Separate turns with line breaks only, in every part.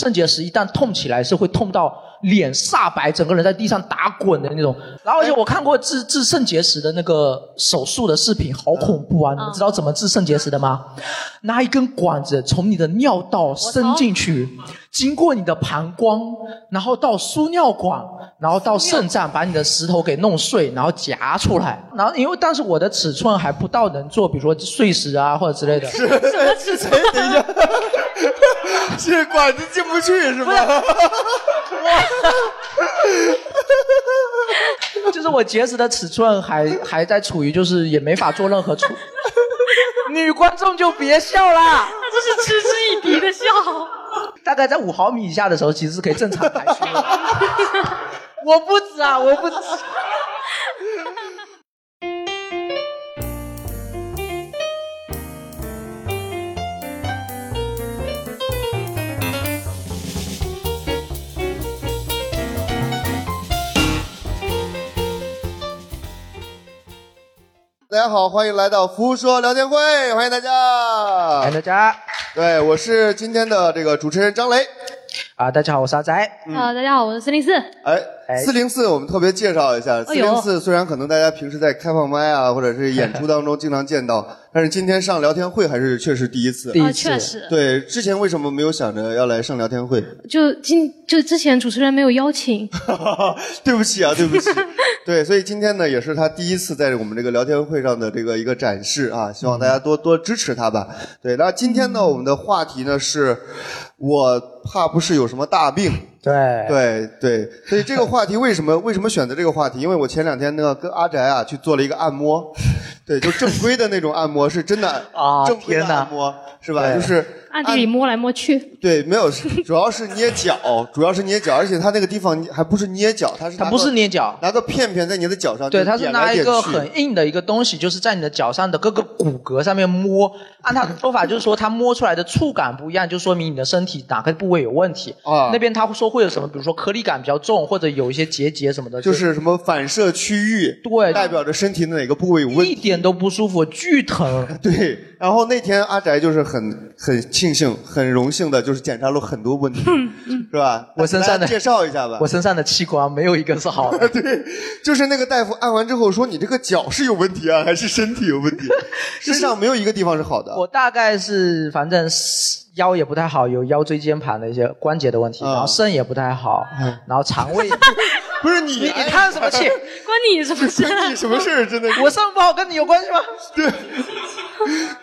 肾结石一旦痛起来是会痛到脸煞白，整个人在地上打滚的那种。然后而且我看过治治肾结石的那个手术的视频，好恐怖啊！你们知道怎么治肾结石的吗？拿一根管子从你的尿道伸进去，经过你的膀胱，然后到输尿管，然后到肾脏，把你的石头给弄碎，然后夹出来。然后因为当时我的尺寸还不到能做，比如说碎石啊或者之类的。
什么尺寸？等一下，这管子进不去是吧？
就是我结石的尺寸还还在处于就是也没法做任何 处。女观众就别笑啦，
他啊这是嗤之以鼻的笑。
大概在五毫米以下的时候，其实是可以正常排出的。
我不止啊，我不止。
大家好，欢迎来到福说聊天会，欢迎大家，欢迎
大家。
对，我是今天的这个主持人张雷。嗯
啊，大家好，我是阿宅。
Hello，大家好，我是四零四。
哎，四零四，我们特别介绍一下，四
哎呦
零四虽然可能大家平时在开放麦啊，或者是演出当中经常见 到，但是今天上聊天会还是确实第一次，
第一次啊确实
对，之前为什么没有想着要来上聊天会？
就今就之前主持人没有邀请，
对不起啊，对不起。 对，所以今天呢，也是他第一次在我们这个聊天会上的这个一个展示啊，希望大家多多支持他吧。对，那今天呢，我们的话题呢是，我怕不是有什么大病。
对
对对，所以这个话题为什么 为什么选择这个话题？因为我前两天呢跟阿宅啊去做了一个按摩，对，就正规的那种按摩，是真的
啊
正规的
天哪
按摩是吧？
对
就是
暗地里摸来摸去，
对，没有，主要是捏 脚，主要是捏脚，而且它那个地方还不是捏脚，它是
它
拿
不
个
是捏脚，
拿个片片在你的脚上，
对，
就
他是
啊点
拿
来
一
点
个
去
很硬的一个东西，就是在你的脚上的各个骨骼上面摸。按他的说法，就是说他摸出来的触感不一样，就说明你的身体哪个部位有问题。
啊
那边他会说会有什么，比如说颗粒感比较重，或者有一些结节什么的，
就是什么反射区域，
对
代表着身体的哪个部位有问
一点都不舒服，巨疼。
对，然后那天阿宅就是很很庆幸、很荣幸的，就是检查了很多问题，
嗯
是吧？
我身上
来
的
介绍一下吧。
我身上的器官没有一个是好的。
对，就是那个大夫按完之后说：“你这个脚是有问题啊，还是身体有问 题？身上没有一个地方是好的。
我大概是反正腰也不太好，有腰椎间盘的一些关节的问题，
嗯
然后肾也不太好，然后肠胃。
不是你，
你你叹 什么 气？
关你什么事？
关你什么事儿？真的是，
我肾不好跟你有关系吗？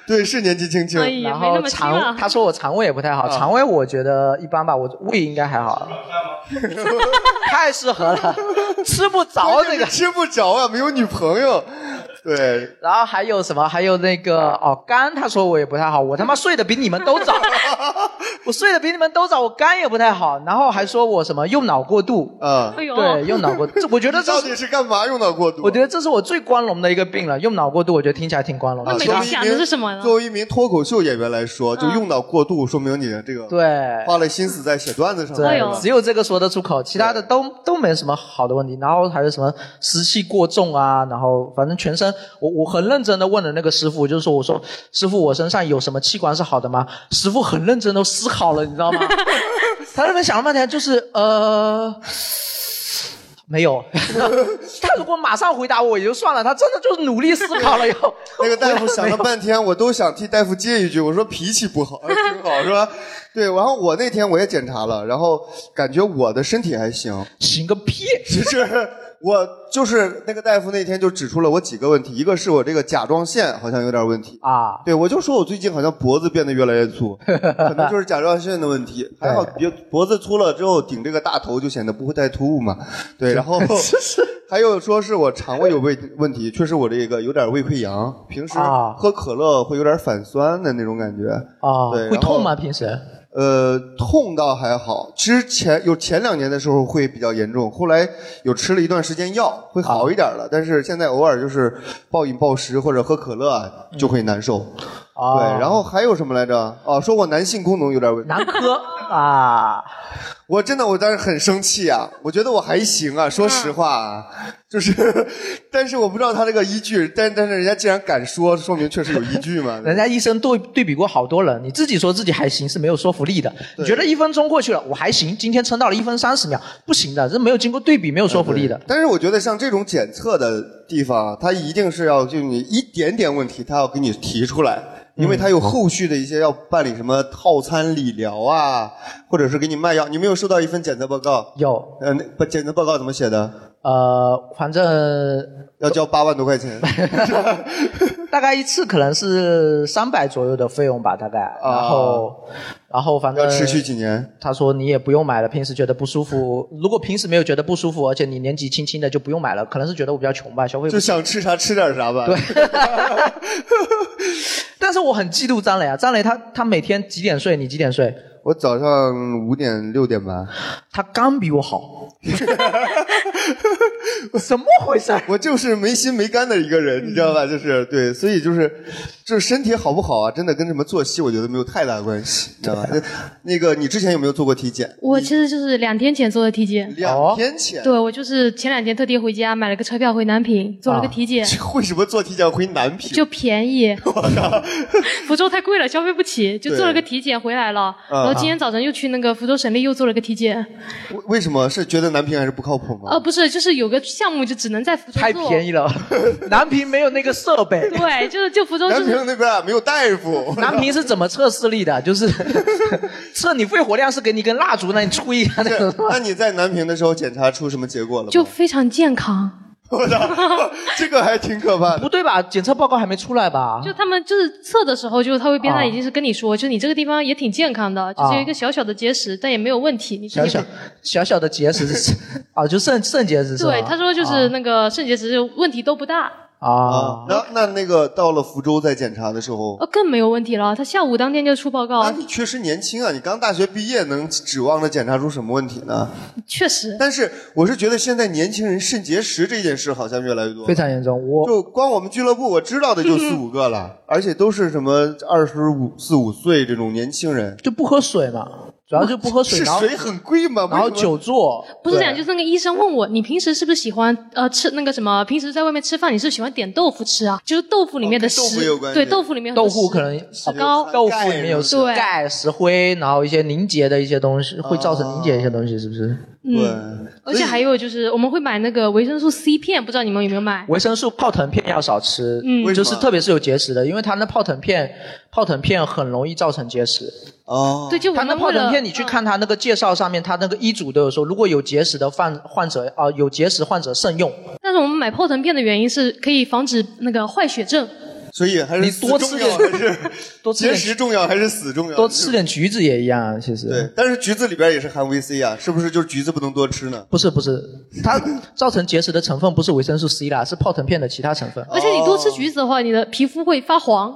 对，是年纪轻轻
哎，呀
然
没那
后
么轻啊
肠，他说我肠胃也不太好，
嗯
肠胃我觉得一般吧，我胃应该还好。太适合了，吃不着这
你
个。
吃不着啊，没有女朋 友，对，
然后还有什么？还有那个哦，肝，他说我也不太好，我他妈睡得比你们 都早，我睡得比你们都早，我肝也不太好。然后还说我什么用脑过度，
啊、
哎呦，
对，用脑过度，这我觉得
你
这
到
是
底是干嘛用到过度？啊
我觉得这是我最光荣的一个病了，用脑过度，我觉得听起来挺光荣
那
的
每。
作为
天
一
想
名
的是什么呢
作为一名脱口秀演员来说，就
嗯
用脑过度，说明你的这个
对，
花了心思在写段子上。
哎呦
对，只有这个说得出口，其他的都都没什么好的问题。然后还有什么湿气过重啊，然后反正全身，我我很认真的问了那个师傅，就是说我说师傅我身上有什么器官是好的吗？师傅很认真都思考了，你知道吗？他那边想了半天，就是呃。没有，他如果马上回答我也就算了，他真的就是努力思考了以后，
那个大夫想了半天，我都想替大夫接一句，我说脾气不好， 哎挺好是 吧？对，然后我那天我也检查了，然后感觉我的身体还行，
行个屁！
只是我就是那个大夫那天就指出了我几个问题，一个是我这个甲状腺好像有点问题。
啊，
对，我就说我最近好像脖子变得越来越 粗，可能就是甲状腺的问题。还好，别脖子粗了之后顶这个大头就显得不会太突兀嘛。对，然 后还有说是我肠胃有问问题，确实我这个有点胃溃疡，平时
啊
喝可乐会有点反酸的那种感觉。
啊
对，
会
然后
痛吗？平时？
呃，痛倒还好，其实前有前两年的时候会比较严重，后来有吃了一段时间药，会好一点
啊
了。但是现在偶尔就是暴饮暴食或者喝可乐啊就会难受。
啊，
对，然后还有什么来着？哦、说我男性功能有点问题。
男科啊！
我真的，我当时很生气啊！我觉得我还行啊，说
嗯
实话啊，就是， 但是我不知道他这个依据，但但是人家既然敢说，说明确实有依据 嘛。
人家医生对对比过好多人，你自己说自己还行是没有说服力的。你觉得一分钟过去了，我还行，今天撑到了一分三十秒，不行的，这没有经过对比，没有说服力的。
但是我觉得像这种检测的地方，它一定是要就你一点点问题，它要给你提出来，因为它有后续的一些要办理什么套餐理疗啊，或者是给你卖药。你没有收到一份检测报告？
有。
呃，那不检测报告怎么写的？
呃，反正
要交八万多块钱。
大概一次可能是三百左右的费用吧，大概。然后，然后反正
啊要持续几年。
他说你也不用买了，平时觉得不舒服，如果平时没有觉得不舒服，而且你年纪轻轻的就不用买了，可能是觉得我比较穷吧，消费不
就
起
想吃啥吃点啥吧。对，
但是我很嫉妒张磊啊，张磊他他每天几点睡？你几点睡？
我早上五点六点吧。
他刚比 我好，怎么回事？
我就是没心没肝的一个人，你知
嗯
道吧？就是对，所以就是，就是身体好不好啊，真的跟什么作息我觉得没有太大关系，你知道吧？那那个你之前有没有做过体检？
我其实就是两天前做的体检。
两天前
对，我就是前两天特地回家买了个车票回南平，做了个体检，
啊 为什么做体检回南平？
就便宜。福州太贵了，消费不起，就做了个体检回来了。
嗯
然后今天早晨又去那个福州省立又做了个体检。
为为什么是觉得南平还是不靠谱吗？
呃，不是，就是有个项目就只能在福州做。
太便宜了， 南 平没有那个设 备。
对，就是就福州就
南
是
平那边啊没有大 夫，
南平是怎么测视力的？就是 测你肺活量是给你根蜡烛让你吹 一下那种。
那你在南平的时候检查出什么结果了吗？
就非常健康，
我操， 这个还挺可怕的。
不对吧？检测报告还没出来吧？
就他们就是测的时候，就是他会边
啊
上已经是跟你说，就你这个地方也挺健康的，就是
啊
有一个小小的结石，但也没有问题。你
小小小小的结石是 啊，就肾肾结石是啊吧？
对，他说就是那个肾结石就问题都不大，
啊
啊，，那那那个到了福州再检查的时候，
呃，更没有问题了。他下午当天就出报告
那，你确实年轻啊！你刚大学毕业，能指望着检查出什么问题 呢？
确实，
但是我是觉得现在年轻人肾结石这件事好像越来越多
非。常严重。我
就光我们俱乐部，我知道的就四五个 了，而且都是什么二十五四五岁这种年轻人。
就不喝水嘛，主要就不喝水，
是
然后
水很贵吗？
然后
为什么
久坐。
不是这
对
样，就是那个医生问我，你平时是不是喜欢呃吃那个什么？平时在外面吃饭，你是喜欢点豆腐吃啊？就是豆腐里面的
哦跟豆腐
食，
有关
对，
系
豆腐里面
豆
很多
腐
食
可能
是有
高
含
豆腐
钙
里面有
什
对
钙、石灰，然后一些凝结的一些东西，会造成凝结一些东西，是不是？
么
嗯，
的对，
而且还有就是我们会买那个维生素 C 片，不知道你们有没有买？
维生素泡腾片要少吃，
嗯
为什
就
么
是特别是有结石的，因为它那泡腾片，泡腾片很容易造成结石。
哦，
对，就我
它那
们
泡
为了嗯
腾片，你去看它那个介绍上面，它那个医嘱都有说，如果有结石的患患者啊、有结石患者慎用。
但是我们买泡腾片的原因是可以防止那个坏血症。
哦
所以还
你
是
多
死
吃
重要
点
还是
多吃
结
点
石重要还是死重要？
多吃点橘子也一样，啊其实。
对，但是橘子里边也是含 VC 啊，是不是就是橘子不能多吃呢？
不是不是，它造成结石的成分不是维生素 C 啦，是泡腾片的其他成分。
哦
而且你多吃橘子的话，你的皮肤会发黄。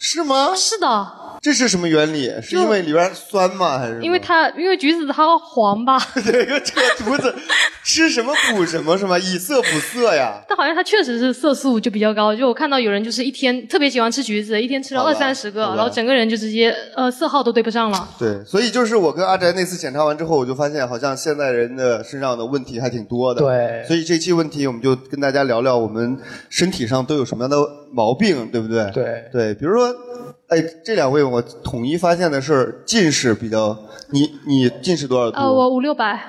是吗？
是的，
这是什么原理？是因为里边酸吗？还是什么
因为它因为橘子它黄吧，
这个这个竹子吃什么补什么是吗？以色补色呀。
但好像它确实是色素就比较高。就我看到有人就是一天特别喜欢吃橘子，一天吃了
好吧
二三十个
好，吧
然后整个人就直接呃色号都对不上了。
对，所以就是我跟阿宅那次检查完之后，我就发现好像现在人的身上的问题还挺多的。
对
所以这期问题我们就跟大家聊聊我们身体上都有什么样的毛病，对不对？
对
对，比如说，哎，这两位我统一发现的是近视比较，你你近视多少度？
嗯
呃，我五六百，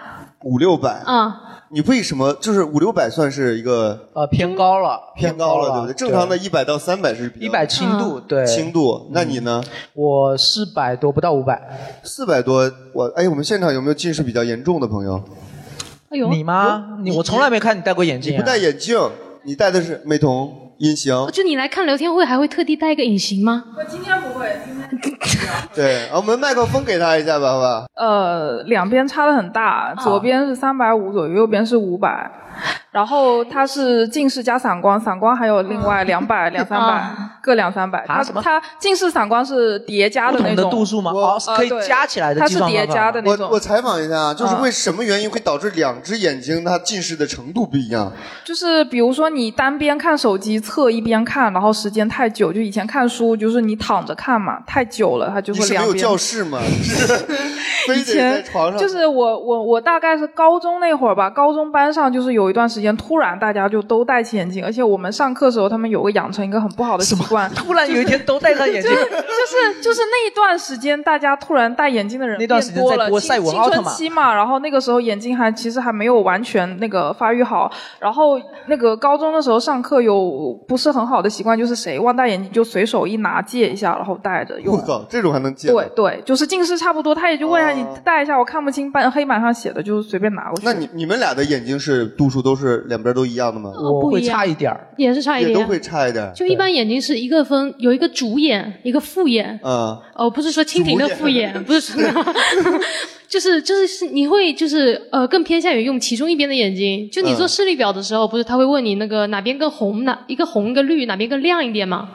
五六百。
啊，
你为什么就是五六百算是一个
呃，偏高了，
偏高了，对不对？正常的一百到三百是比较
一百轻度，对，嗯
轻度，那你呢？
我四百多，不到五百。
四百多，我哎，我们现场有没有近视比较严重的朋友？
哎呦，
你吗？你我从来没看你戴过眼镜、
你
啊。
不戴眼镜，你戴的是美瞳隐 形，
哦就你来看聊天会还会特地带一个隐形吗？
我今天不会，今天
对，啊我们麦克风给他一下吧，好吧？
呃，两边差的很大，左边是三百五左右，右边是五百，然后它是近视加散光，散光还有另外两百、两三百，各两三百。它
啊什么
它近视散光是叠加
不
的那
同的
种
度数吗？
我
哦，
呃
可以
对
加起来的
它
计
是
算
叠
方法
加的。那
我我
种，
采访一下啊，就是
嗯
为什么原因会导致两只眼睛它近视的程度不一样？
就是比如说你单边看手机，侧一边看，然后时间太久，就以前看书就是你躺着看嘛，太久久了，它就
你
会
是没
两
有
边。
教室吗？是非
以
得在
前
床上
就是我我我大概是高中那会儿吧，高中班上就是有一段时间，突然大家就都戴起眼镜，而且我们上课的时候，他们有个养成一个很不好的习惯，
突然有一天都戴 上眼镜，
就是就是那一段时间，大家突然戴眼镜的人
那段
变
时间
多
在
了，
播
青
赛文
青
奥特
春
曼
期嘛，然后那个时候眼睛还其实还没有完全那个发育好，然后那个高中的时候上课有不是很好的习惯，就是谁忘戴眼镜就随手一拿借一下，然后戴着用
我。靠，这种还能见？
对，对，就是近视差不多，他也就问一下你
哦
戴一下，我看不清板黑板上写的，就随便拿过去。
那你你们俩的眼睛是度数都是两边都一样的吗？
哦
我
不
会
一样
差一点儿。
也是差一
也
点
都。会差一点。
就一般眼睛是一个分，有一个主眼，一个副眼。
嗯，
哦，不是说蜻蜓的副眼，不是说， 就是就是是你会就是呃更偏向于用其中一边的眼睛。就你做
嗯
视力表的时候，不是他会问你那个哪边更红，哪一个红一个绿，哪边更亮一点吗？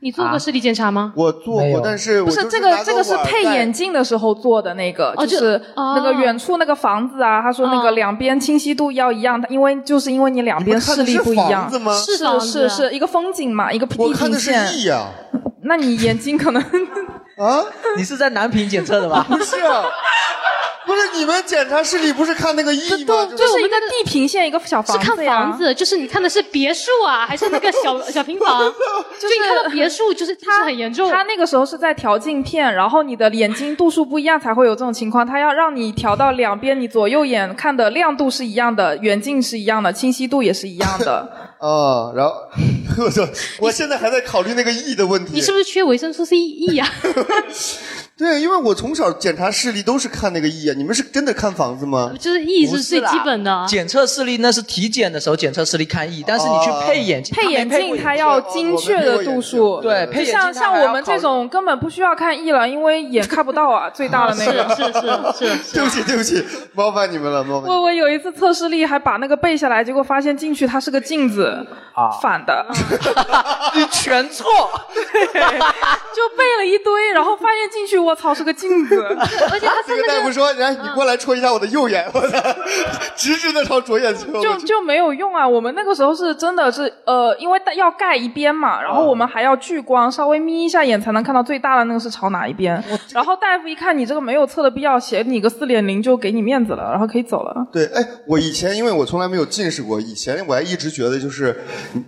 你做
啊
过视力检查吗？
我做
没
过
有，
但是我
不是
就
这
拿
个，这个是
碗
配
盖
眼镜的时候做的那个，
哦就是哦
那个远处那个房子啊，他说那
哦
个两边清晰度要一样，因为就是因为你两
你
边
们看
视
的
力
是
不一样
房子。吗？
是
是
房
是
子啊
是一个风景嘛，一个地
我看
平
的是
线。
E 呀，
那你眼睛可能
啊，
你是在南平检测的 吧？
不是，啊不是你们检查视力不是看那个 E 吗？就
就是是一个地平线，一个小
是
房
看
子啊呀。
房子，就是你看的是别墅啊，还是那个小小平 房？就你看到别墅，就是它很严重。
他那个时候是在调镜片，然后你的眼睛度数不一样才会有这种情况。他要让你调到两边，你左右眼看的亮度是一样的，远近是一样的，清晰度也是一样的。
啊，然后我就我现在还在考虑那个 E 的问题。
你是不是缺维生素 C E 啊？
对，因为我从小检查视力都是看那个 E 啊，你们是真的看房子吗？
就是 E
不
是最
啦
基本的。
检测视力那是体检的时候检测视力看 E，但是
哦
你去配眼镜，
配眼镜它要精确的度数，
对配
就
眼镜它
像像
还要
我们
考虑
这种根本不需要看 E 了，因为眼看不到啊，最大的那
是
个。
是是 是，
对不起，对不起，冒犯你们了，冒犯你
我
们。
我有一次测视力还把那个背下来，结果发现进去它是个镜子，
啊
反的，
你全错。
就背了一堆，然后发现进去我操是个镜 子，
而且它
这
真
个
的
大夫
是
说：“
嗯
来，你过来戳一下我的右眼，我操，直直的朝左眼戳。”
就就没有用啊。我们那个时候是真的是呃，因为要盖一边嘛，然后
嗯
我们还要聚光，稍微眯一下眼才能看到最大的那个是朝哪一边。然后大夫一看你这个没有测的必要，写你个四点零就给你面子了，然后可以走了。
对，哎，我以前因为我从来没有近视过，以前我还一直觉得就是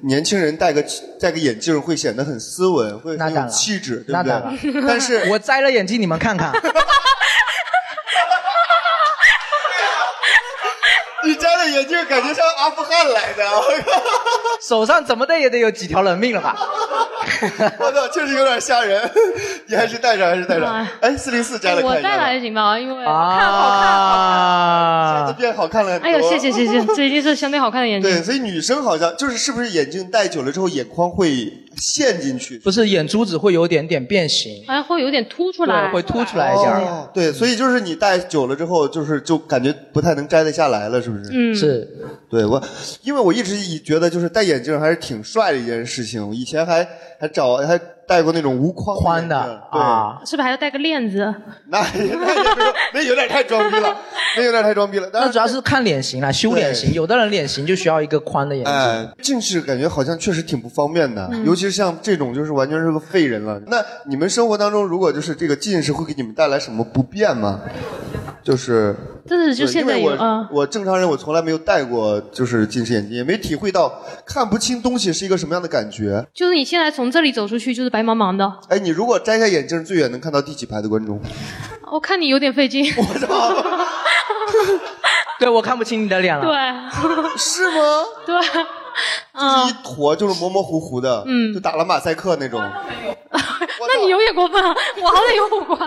年轻人戴个戴个眼镜会显得很斯文，会
那
很
当
有
然
气质，对
那
不
当
对？但是
我摘了眼镜，你们看看，
你摘了眼镜，感觉像阿富汗来的， 我靠
手上怎么的也得有几条人命了吧？
我操，确实有点吓 人。你还是戴上，还是戴上
哎。
哎，四零四摘了，
我
看一
带
下吧
来行吧？因为
现在
啊，
变好看了很多。
哎呦，谢谢。谢谢，这已经是相对好看的眼睛。
对，所以女生好像就是是不是眼镜戴久了之后眼眶会陷进去？
不是眼珠子会有点点变形，
好像哎会有点凸出
对，
来，
会凸出来一点儿。
哦，对，所以就是你戴久了之后，就是就感觉不太能摘得下来了，是不是？
嗯，
是，
对我，因为我一直以觉得就是戴眼镜还是挺帅的一件事情。我以前还还找还戴过那种无框
宽的
眼镜对，
啊
是不是还要带个链子？
那也那也不是那有点太装 逼了，那有点太装逼了。但
那
是
主要是看脸型啦，修脸型，有的人脸型就需要一个宽的眼睛。
哎，近视感觉好像确实挺不方便的，
嗯
尤其是像这种就是完全是个废人了。那你们生活当中如果就是这个近视会给你们带来什么不便吗？就是
但是就
对
现在
因
有
为我、
啊，
我正常人我从来没有戴过就是近视眼镜，也没体会到看不清东西是一个什么样的感觉。
就是你现在从这里走出去就是白茫茫的。
哎，你如果摘下眼镜，最远能看到第几排的观众？
我看你有点费劲，
我操，
对，我看不清你的脸了。
对
是吗？
对，
就是
嗯
一，坨，就是模模糊糊的，
嗯
就打了马赛克那种，
那你有点过分了，我好歹有五官，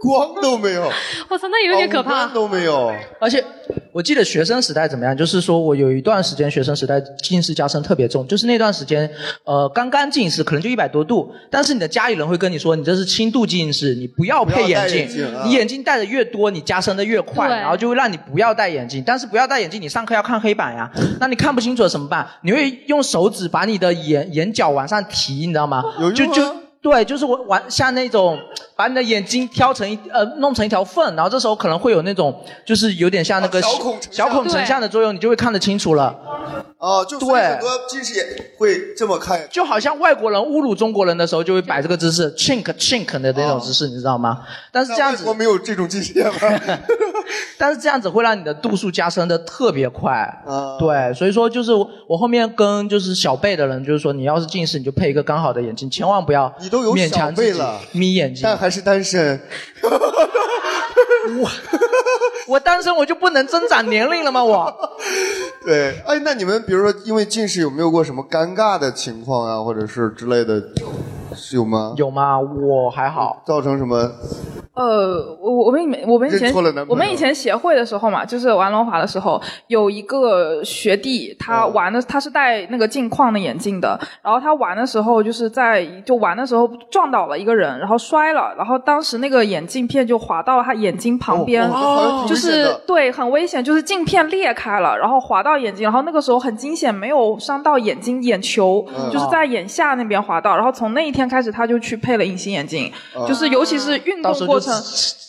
光都没有，
我操，那有点可
哦五
怕
官。都没有。
而且我记得学生时代怎么样？就是说我有一段时间学生时代近视加深特别重，就是那段时间，呃，刚刚近视可能就一百多度，但是你的家里人会跟你说，你这是轻度近视，你不要配眼镜，
不要戴眼镜啊
你眼镜戴的越多，你加深的越快，
对
然后就会让你不要戴眼镜。但是不要戴眼镜，你上课要看黑板呀，那你看不清楚了怎么办？你会用手指把你的眼眼角往上提，你知道吗？
哦有用啊
就
吗
就。对，就是我玩像那种把你的眼睛挑成一呃弄成一条缝，然后这时候可能会有那种就是有点像那个
哦小孔成像
小孔成像的作用，你就会看得清楚了。
哦，就所以
对
很多近视眼会这么看，
就好像外国人侮辱中国人的时候，就会摆这个姿势 chink chink 的那
哦
种姿势，你知道吗？但是这样子
我没有这种近视眼吗？
但是这样子会让你的度数加深的特别快。
啊
对，所以说就是我我后面跟就是小辈的人，就是说你要是近视，你就配一个刚好的眼镜，千万不要
你都有
勉
小
强自
辈
己
了，
眯眼睛。
但还是单 身。
我单身我就不能增长年龄了吗？我
对，哎，那你们比如说因为近视有没有过什么尴尬的情况啊，或者是之类的，是有吗？
有吗？我还好，
造成什么？
呃，我我们以前我们以
认
前
错了男朋友
我们以前协会的时候嘛，就是玩轮滑的时候，有一个学弟，
嗯
他玩的、他是戴那个镜框的眼镜的，然后他玩的时候就是在就玩的时候撞倒了一个人，然后摔了，然后当时那个眼镜片就划到了他眼睛旁边，
哦哦
就
好像挺危险
是
的
对，很危险，就是镜片裂开了，然后划到眼睛，然后那个时候很惊险，没有伤到眼睛眼球，
嗯
就是在眼下那边划到，然后从那一天开始他就去配了隐形眼镜，
哦
就是尤其是运
到
动
时候就
过程。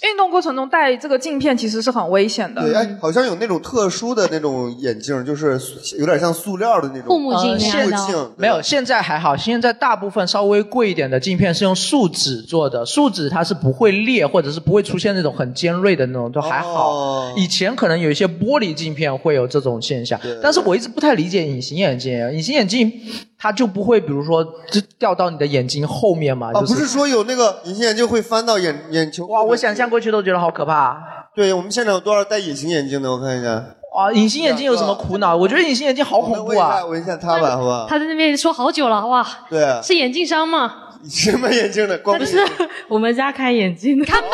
运动过程中戴这个镜片其实是很危险
对，
的。
哎，好像有那种特殊的那种眼镜，就是有点像塑料的那种
护目镜
呃
那
护
样
目
的
镜对吧
没有，现在还好。现在大部分稍微贵一点的镜片是用树脂做的，树脂它是不会裂，或者是不会出现那种很尖锐的那种，都还好。
哦
以前可能有一些玻璃镜片会有这种现象
对，
但是我一直不太理解隐形眼镜。隐形眼镜它就不会，比如说就掉到你的眼睛后面嘛？
啊，
就
不是说有那个隐形眼镜会翻到眼眼球？
哇，我想象。过去都觉得好可怕。
对我们现场有多少戴隐形眼镜的？我看一下。
哇，啊隐形眼镜有什么苦恼？我觉得隐形眼镜好恐怖啊！
哦我问一下，问一下他吧，好不好？
他在那边说好久了，哇，
对啊，
是眼镜商吗？
什么眼镜的？光
不是我们家开眼镜的，看吧。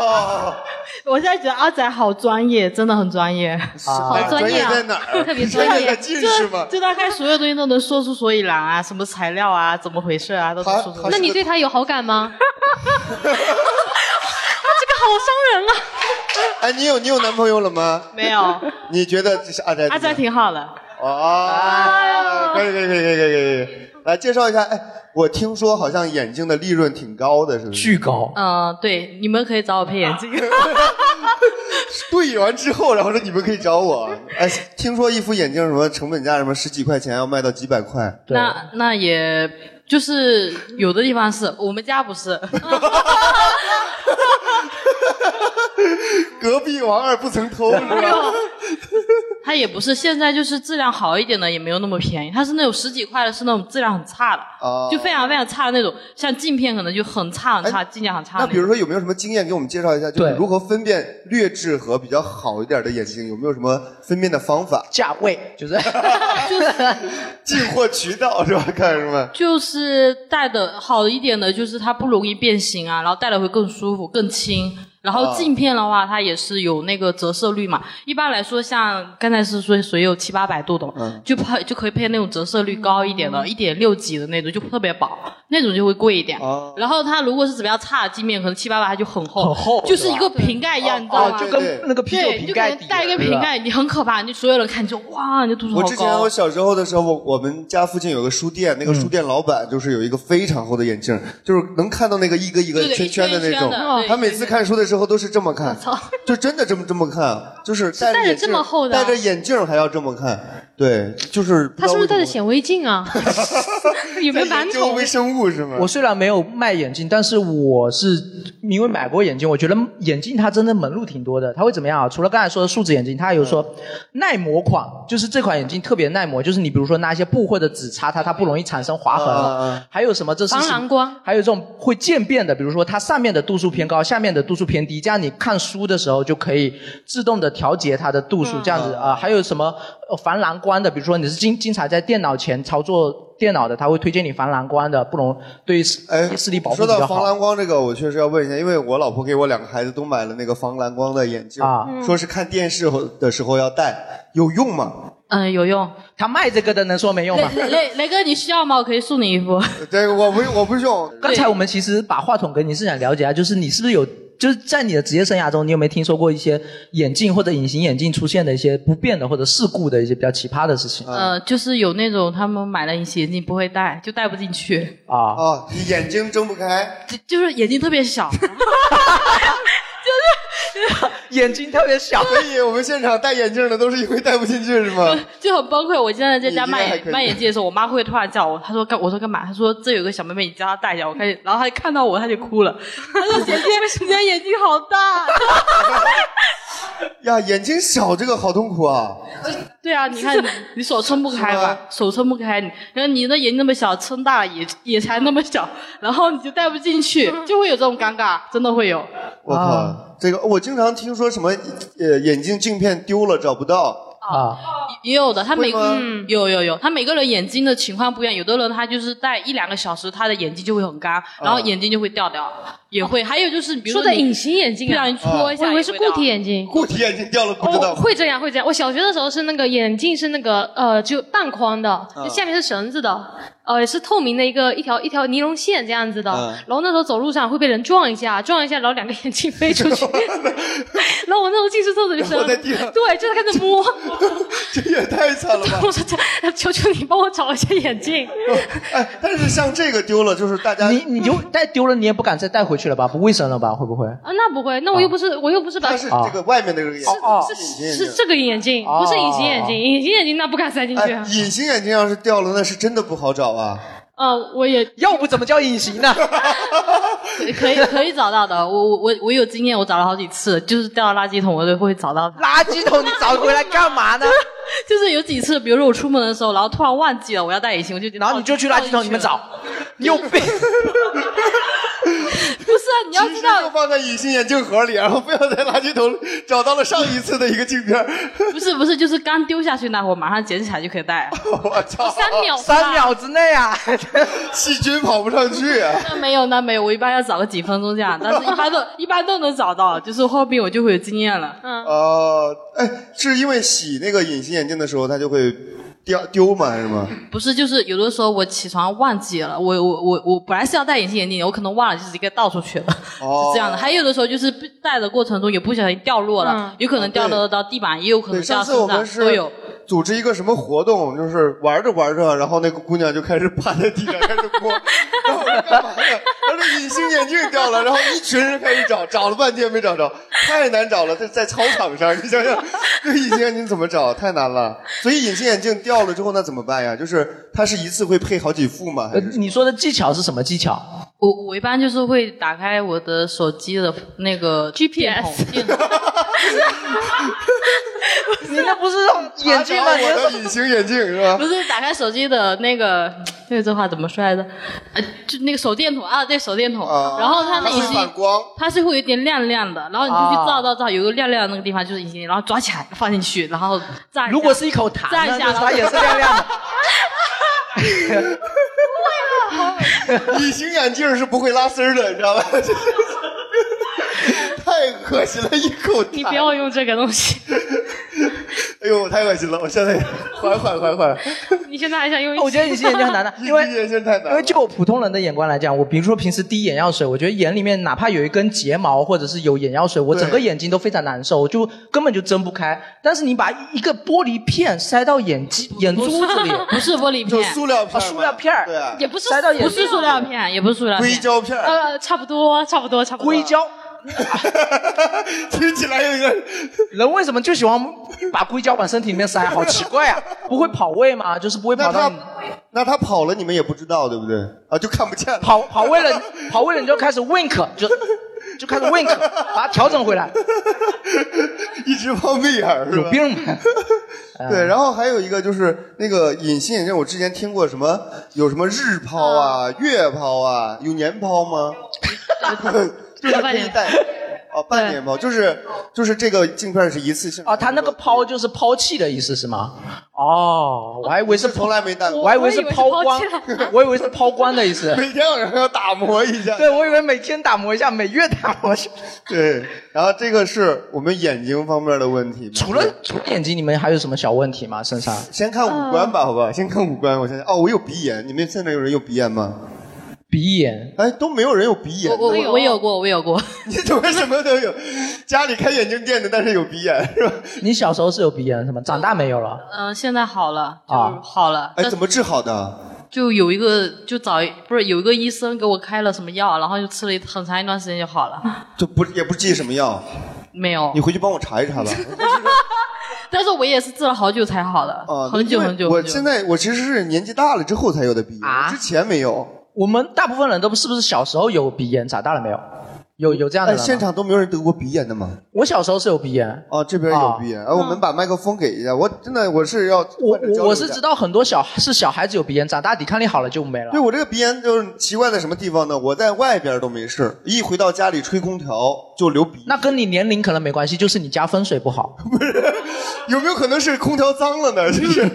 哦，
我现在觉得阿仔好专业，真的很专业，
啊，
好专业啊
在哪儿？
特别专业
在近视吗？
就大概所有东西都能说出所以然啊，什么材料啊，怎么回事啊，都能说出来。
他
那你对他 有啊好感吗？这个好伤人啊！
哎，你有你有男朋友了吗？
没有？
你觉得这是阿宅？
阿仔挺好哎的，
哦，可以可以可以可以可以可以，来介绍一下。哎，我听说好像眼镜的利润挺高的，是不是？
巨高。
嗯，对，你们可以找我配眼镜。
对完之后，然后说你们可以找我。哎，听说一副眼镜什么成本价什么十几块钱，要卖到几百块。
对
那那也就是有的地方是我们家不是，
隔壁王二不曾偷，是 吧
没有，它也不是。现在就是质量好一点的也没有那么便宜，它是那种十几块的，是那种质量很差的，
哦
就非常非常差的那种，像镜片可能就很差很差，
哎
质量很差
那
的
比
那
如
种。
说有没有什么经验给我们介绍一下，就是
对
如何分辨劣质和比较好一点的眼镜？有没有什么分辨的方法？
价位就是
进货渠道是吧？ 看什么？
就是戴的好一点的，就是它不容易变形啊，然后戴了会更舒服、更轻。然后
啊
哦
镜片的话，它也是有那个折射率嘛。一般来说，像刚才是说水有七八百度的，
嗯
就配就可以配那种折射率高一点的，一点六几的那种，就特别薄，那种就会贵一点。
哦
然后它如果是怎么样差的镜面，可能七八百它就很厚，
啊很厚
就是一
对
个瓶盖一样，你知道
哦，
吗？
就
对
跟那个啤酒
对，你
瓶
就感
盖
觉
底了，
带一个
对
瓶
吧
盖，你很可怕，你所有人看你就哇，你的度数
我
好
之前
高啊
我。小时候的时候，我我们家附近有个书店，那
嗯
个书店老板就是有一个非常厚的眼镜，就是能看到那个一个一个
对对
圈圈的
一圈一
那
圈
种
的对。
他每次看书的时候都是这么看，就真的这么这么看，就是戴
戴着
着眼镜
这么厚的
戴着眼镜还要这么看，对，就是
他是不是戴着
着
显微镜 啊？有没有
研
男
究
同？
微生物是吗？
我虽然没有卖眼镜，但是我是因为买过眼镜，我觉得眼镜它真的门路挺多的。它会怎么样啊？除了刚才说的树脂眼镜，它有说
嗯
耐磨款，就是这款眼镜特别耐磨，就是你比如说拿一些布或者纸擦它，它不容易产生划痕。
嗯嗯嗯
还有什么？这是
防蓝光
还有这种会渐变的，比如说它上面的度数偏高，下面的度数偏低，这样你看书的时候就可以自动的调节它的度数，这样子啊、还有什么呃防蓝光的，比如说你是经经常在电脑前操作电脑的，它会推荐你防蓝光的，不容对视
哎，
视力保护
说
比较
到防
好。
蓝光这个，我确实要问一下，因为我老婆给我两个孩子都买了那个防蓝光的眼镜，
啊
说是看电视的时候要戴，有用吗？
嗯，有用。
他卖这个的能说 没用吗？
雷雷雷哥，你需要吗？我可以送你一副。
对，我不我不用。
刚才我们其实把话筒给你是想了解啊，就是你是不是有就是在你的职业生涯中，你有没有听说过一些眼镜或者隐形眼镜出现的一些不便的或者事故的一些比较奇葩的事情？
嗯
呃，就是有那种他们买了隐形眼镜不会戴，就戴不进去，
啊
哦，你眼睛睁不开，
就就是眼睛特别小，
眼睛特别小，
所以我们现场戴眼镜的都是因为戴不进去是吗？
就很崩溃。我现在在家
你
卖
应该还可以
卖眼镜的时候，我妈会突然叫我，她说干，我说干嘛？她说这有个小妹妹，你叫她戴一下。我开始，然后她看到我，她就哭了。她说姐 姐，你的眼睛好大。
呀，眼睛小这个好痛苦啊！
对啊，你看你你手撑不开吧，手撑不开，你然后你的眼睛那么小，撑大了也也才那么小，然后你就戴不进 去，就会有这种尴尬，真的会有。
嗯
我靠，这个我经常听说什么呃眼镜镜片丢了找不到，
啊，
也有的，他每
会吗
嗯有有有，他每个人眼睛的情况不一样，有的人他就是戴一两个小时，他的眼睛就会很干，然后眼睛就会掉掉，也会。还有就是，比如
嗯说
说
的
你
隐形眼镜
不小
啊，
心戳一
我
下，
以为是固体。眼镜。
固体眼镜掉了不知道
哦，会这样，会这样。我小学的时候是那个眼镜是那个呃，就半框的，
嗯
就下面是绳子的，呃，是透明的一个一条一条尼龙线这样子的。
嗯
然后那时候走路上会被人撞一下，撞一下，然后两个眼镜飞 出去。然后我那时候进去厕所就
然后在
是，
地上
对，就是开始摸。
这也太惨了吧！
我说：“求求你帮我找一下眼镜。
哎，但是像这个丢了，就是大家
你你就带丢了，你也不敢再带回去了吧？不卫生了吧？会不会？”
啊，那不会，那我又不是我又不是把
它哦是这个外面的这个眼镜，
哦
是
是这个眼镜，不是隐形眼镜，隐形眼镜那不敢塞进去
哎
啊。，
隐形眼镜要是掉了，那是真的不好找啊！
呃，我也
要不怎么叫隐形呢？啊
可以可以找到的，我我我我有经验，我找了好几次，就是掉到垃圾桶，我都会找到它。
垃圾桶你找回来干嘛呢？
就是有几次，比如说我出门的时候，然后突然忘记了我要戴隐形，我就哦
然后你就去垃圾桶里面。
倒
找，你有病！
进去了不是啊，你要
其
知
实
道
就放在隐形眼镜盒里，然后非要在垃圾桶里找到了上一次的一个镜片，
不是不是，就是刚丢下去那会儿，马上捡起来就可以 戴。
我操！
三秒吧
三秒之内啊！
细菌跑不上去啊！
那没有，那没有，我一般要找个几分钟这样，但是一般都一般都能找到，就是后面我就会有经验了。
哦，哎，是因为洗那个隐形眼镜的时候，它就会掉丢吗？还是吗？
不 是，就是有的时候我起床忘记了，我我我我本来是要戴隐形眼镜的，我可能忘了，就是一个倒出去了，
哦
是这样的。还有的时候就是戴的过程中也不小心掉落了，
嗯
有可能掉落到地板，也有可
哦对，
能掉到
上次我
身上，
们是
都有。
组织一个什么活动，就是玩着玩着，然后那个姑娘就开始趴在地上开始哭，然后我说干嘛呀？她说隐形眼镜掉了，然后一群人开始找，找了半天没找着，太难找了，在在操场上，你 想 想，这隐形眼镜怎么找？太难了。所以隐形眼镜掉了之后，那怎么办呀？就是它是一次会配好几副吗？还
呃
是
你说的技巧是什么技巧？
我我一般就是会打开我的手机的那个
GPS
电筒，电 筒
你那不是 用眼睛吗？
啊
你
我
是
的隐形眼镜是吧
不？是打开手机的那个，对这话怎么说来着？呃，就那个手电筒啊，对手电筒，
啊
然后它
它
那隐
会反
形，
光。
它是会有点亮亮的，然后你就去
啊
照照照，有个亮亮的那个地方就是隐形，然后抓起来放进去，然后炸一下。
如果是一口痰
炸一
呢，
下
就是它也是亮 亮的。
隐形眼镜是不会拉丝儿的，你知道吧？ 太恶心了，一口痰
你不要用这个东西，
哎呦，太恶心了！我现在缓缓缓缓，
你现在还想用一？
我觉得隐形眼镜 很难的，因为
隐形眼镜太难
因
了
为。就我普通人的眼光来讲，我比如说平时滴眼药水，我觉得眼里面哪怕有一根睫毛或者是有眼药水，我
对
整个眼睛都非常难受，我就根本就睁不开。但是你把一个玻璃片塞到眼睛眼珠子里，
不是玻璃
就
片，
塑料片儿
啊
嘛，
塑料片儿
对啊，
也不是
塞到眼
不是塑料片，也不是塑料片
硅，胶片儿，
呃，差不多，差不多，差不多。
硅胶，
听起来有点
人为什么就喜欢把硅胶往身体里面塞？好奇怪啊！不会跑位吗？就是不会
那
跑到
他
你
那他跑了，你们也不知道，对不对？啊，就看不见了。
跑跑位了，跑位了你就开始 wink，就就开始 wink，把它调整回来，
一直放媚眼儿是吧？
有病 嗯吧？
对，然后还有一个就是那个隐形眼镜，我之前听过什么有什么日抛啊、月抛啊，有年抛吗？就是可以戴哦，半年抛，就是就是这个镜片是一次性
啊，他那个抛就是抛弃的意思是吗？哦， 我还以为是
是从来没戴过，
我还以为是抛光
我以为是抛，
我以为是抛光的意思。
每天晚上要打磨一下。
对，我以为每天打磨一下，每月打磨一下。
对，然后这个是我们眼睛方面的问题。
除了除了眼睛，你们还有什么小问题吗？身上
嗯
先看五官吧，好不好？先看五官，我想想。哦，我有鼻炎，你们现在有人有鼻炎吗？
鼻炎，
哎，都没有人有鼻炎
我
的。
我我我有过，我有过。
你怎么什么都有？家里开眼镜店的，但是有鼻炎是吧？
你小时候是有鼻炎是吗？长大没有了？
嗯、现在好了，就
啊
好了。
哎，
但
怎么治好的？
就有一个就找不是有一个医生给我开了什么药，然后就吃了一很长一段时间就好了。
就不也不记什么药，
没
哦
有
你，回去帮我查 一查吧。
但是我也是治了好久才好的，
啊，
很久
因为
很久。
我
很久
现在我其实是年纪大了之后才有的鼻炎，
啊
之前没有。
我们大部分人都是不是小时候有鼻炎，长大了没有？有有这样的
哎，
人吗？
现场都没有人得过鼻炎的吗？
我小时候是有鼻炎，
哦，这边有鼻炎。哎，我们把麦克风给一下。我真的我是要
我我我是知
道。
道很多小是小孩子有鼻炎，长大抵抗力好了就没了
对。我这个鼻炎就是奇怪在什么地方呢？我在外边都没事，一回到家里吹空调就流鼻。
那跟你年龄可能没关系，就是你家风水 不好。
有没有可能是空调脏了呢？就是，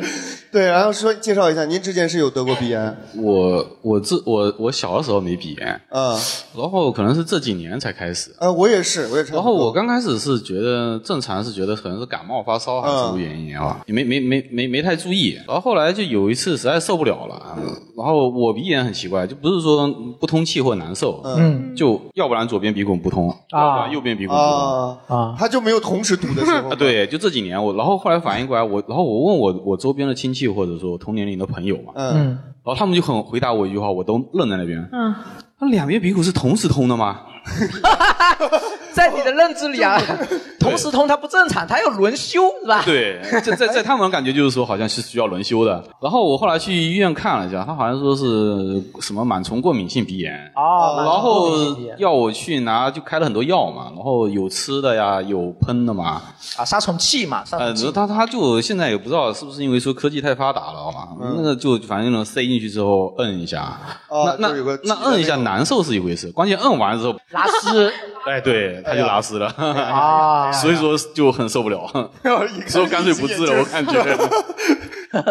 对。然后说介绍一下，您之前是有得过鼻炎？
我我自我我小的时候没鼻炎，
嗯，
然后可能是这几年才开始。
呃，我也是，我也差不多。
然后我刚开始是觉得正常，是觉得可能是感冒发烧还是什
嗯
么原因啊，也没没没没没太注意。然后后来就有一次实在受不了了，
嗯
然后我鼻炎很奇怪，就不是说不通气或难受，
嗯
就要不然左边鼻孔不通，要不然右边鼻孔不通。
啊，
啊，
他就没有同时堵的时 候
啊，。对，就这几年我，然后后来反应过来，我，然后我问我我周边的亲戚或者说同年龄的朋友嘛，
嗯，
嗯，
然后他们就很回答我一句话，我都愣在那边。嗯，那两边鼻孔是同时通的吗？
在你的认知里 啊，同时通它不正常，它有轮休是吧？
对，在在在他们感觉就是说好像是需要轮休的。然后我后来去医院看了一下，他好像说是什么螨虫过敏性鼻炎。
哦，
然后要我去拿，就开了很多药嘛，然后有吃的呀，有喷的嘛，
啊，杀虫剂嘛，杀
呃，
虫
只是
剂。
他他就现在也不知道是不是因为说科技太发达了嘛，
嗯
那个就反正能塞进去之后摁一下，
哦
那
就是有个
那
挤的
那摁一下
那个
难受是一回事，关键摁完之后，
拉丝
哎，对，他就拉丝了，
啊，
所以说就很受不了， 所以我干脆不治了，我感觉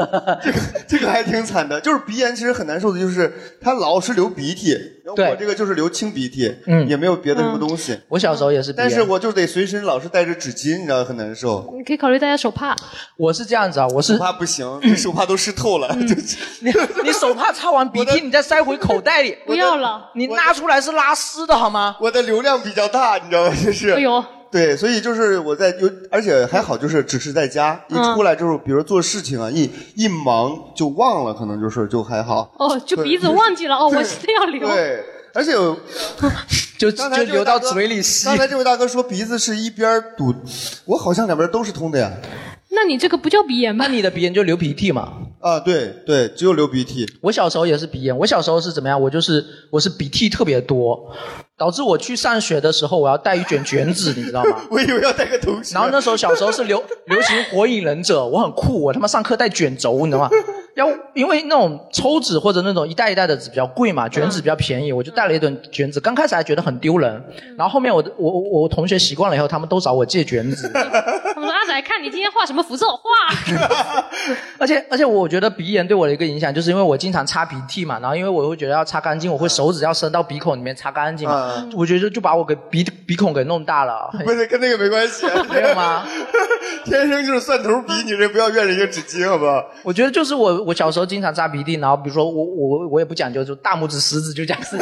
这个还挺惨的，就是鼻炎其实很难受的，就是它老是流鼻涕，然后
对
我这个就是流清鼻涕，
嗯
也没有别的什么东西，
我小时候也是鼻炎，
但是我就得随身老是带着纸巾，你知道很难受，
你可以考虑戴下手帕。
我是这样子啊，我是
手怕不 行，手怕都湿透了，就是
你嗯你手帕擦完鼻涕，你再塞回口袋里，
不要了，
你拉出来是拉丝的好吗？
我的流量比较大，你知道吗？ 就是，
哎呦，
对，所以就是我在有，而且还好，就是只是在家，一
嗯
出来就是，比如做事情啊，一一忙就忘了，可能就是就还好。
哦，就鼻子忘记了哦，我是要流。
对，而且有
就
刚才
就流到嘴里吸
刚。才这位大哥说鼻子是一边堵，我好像两边都是通的呀。
那你这个不叫鼻炎吧
那？你的鼻炎就流鼻涕嘛？
啊，对对，只有流鼻涕。
我小时候也是鼻炎，我小时候是怎么样？我就是我是鼻涕特别多，导致我去上学的时候我要带一卷卷纸，你知道吗？
我以为要带个同学。
然后那时候小时候是流流行火影忍者，我很酷，我他妈上课带卷轴，你知道吗？要因为那种抽纸或者那种一袋一袋的纸比较贵嘛，卷纸比较便宜，我就带了一卷卷纸。刚开始还觉得很丢人，然后后面我的我我我同学习惯了以后，他们都找我借卷纸，
他们说阿仔，看你今天画什么符咒，画。
而且而且我觉得鼻炎对我的一个影响，就是因为我经常擦鼻涕嘛，然后因为我会觉得要擦干净，我会手指要伸到鼻孔里面擦干净嘛，
嗯
我觉得就把我给鼻鼻孔给弄大了，
不是跟那个没关系，啊
没有 吗？
天生就是蒜头鼻，你这不要怨人家纸巾好不好？
我觉得就是我我小时候经常擦鼻涕，然后比如说我我我也不讲究，就大拇指食指就这样子，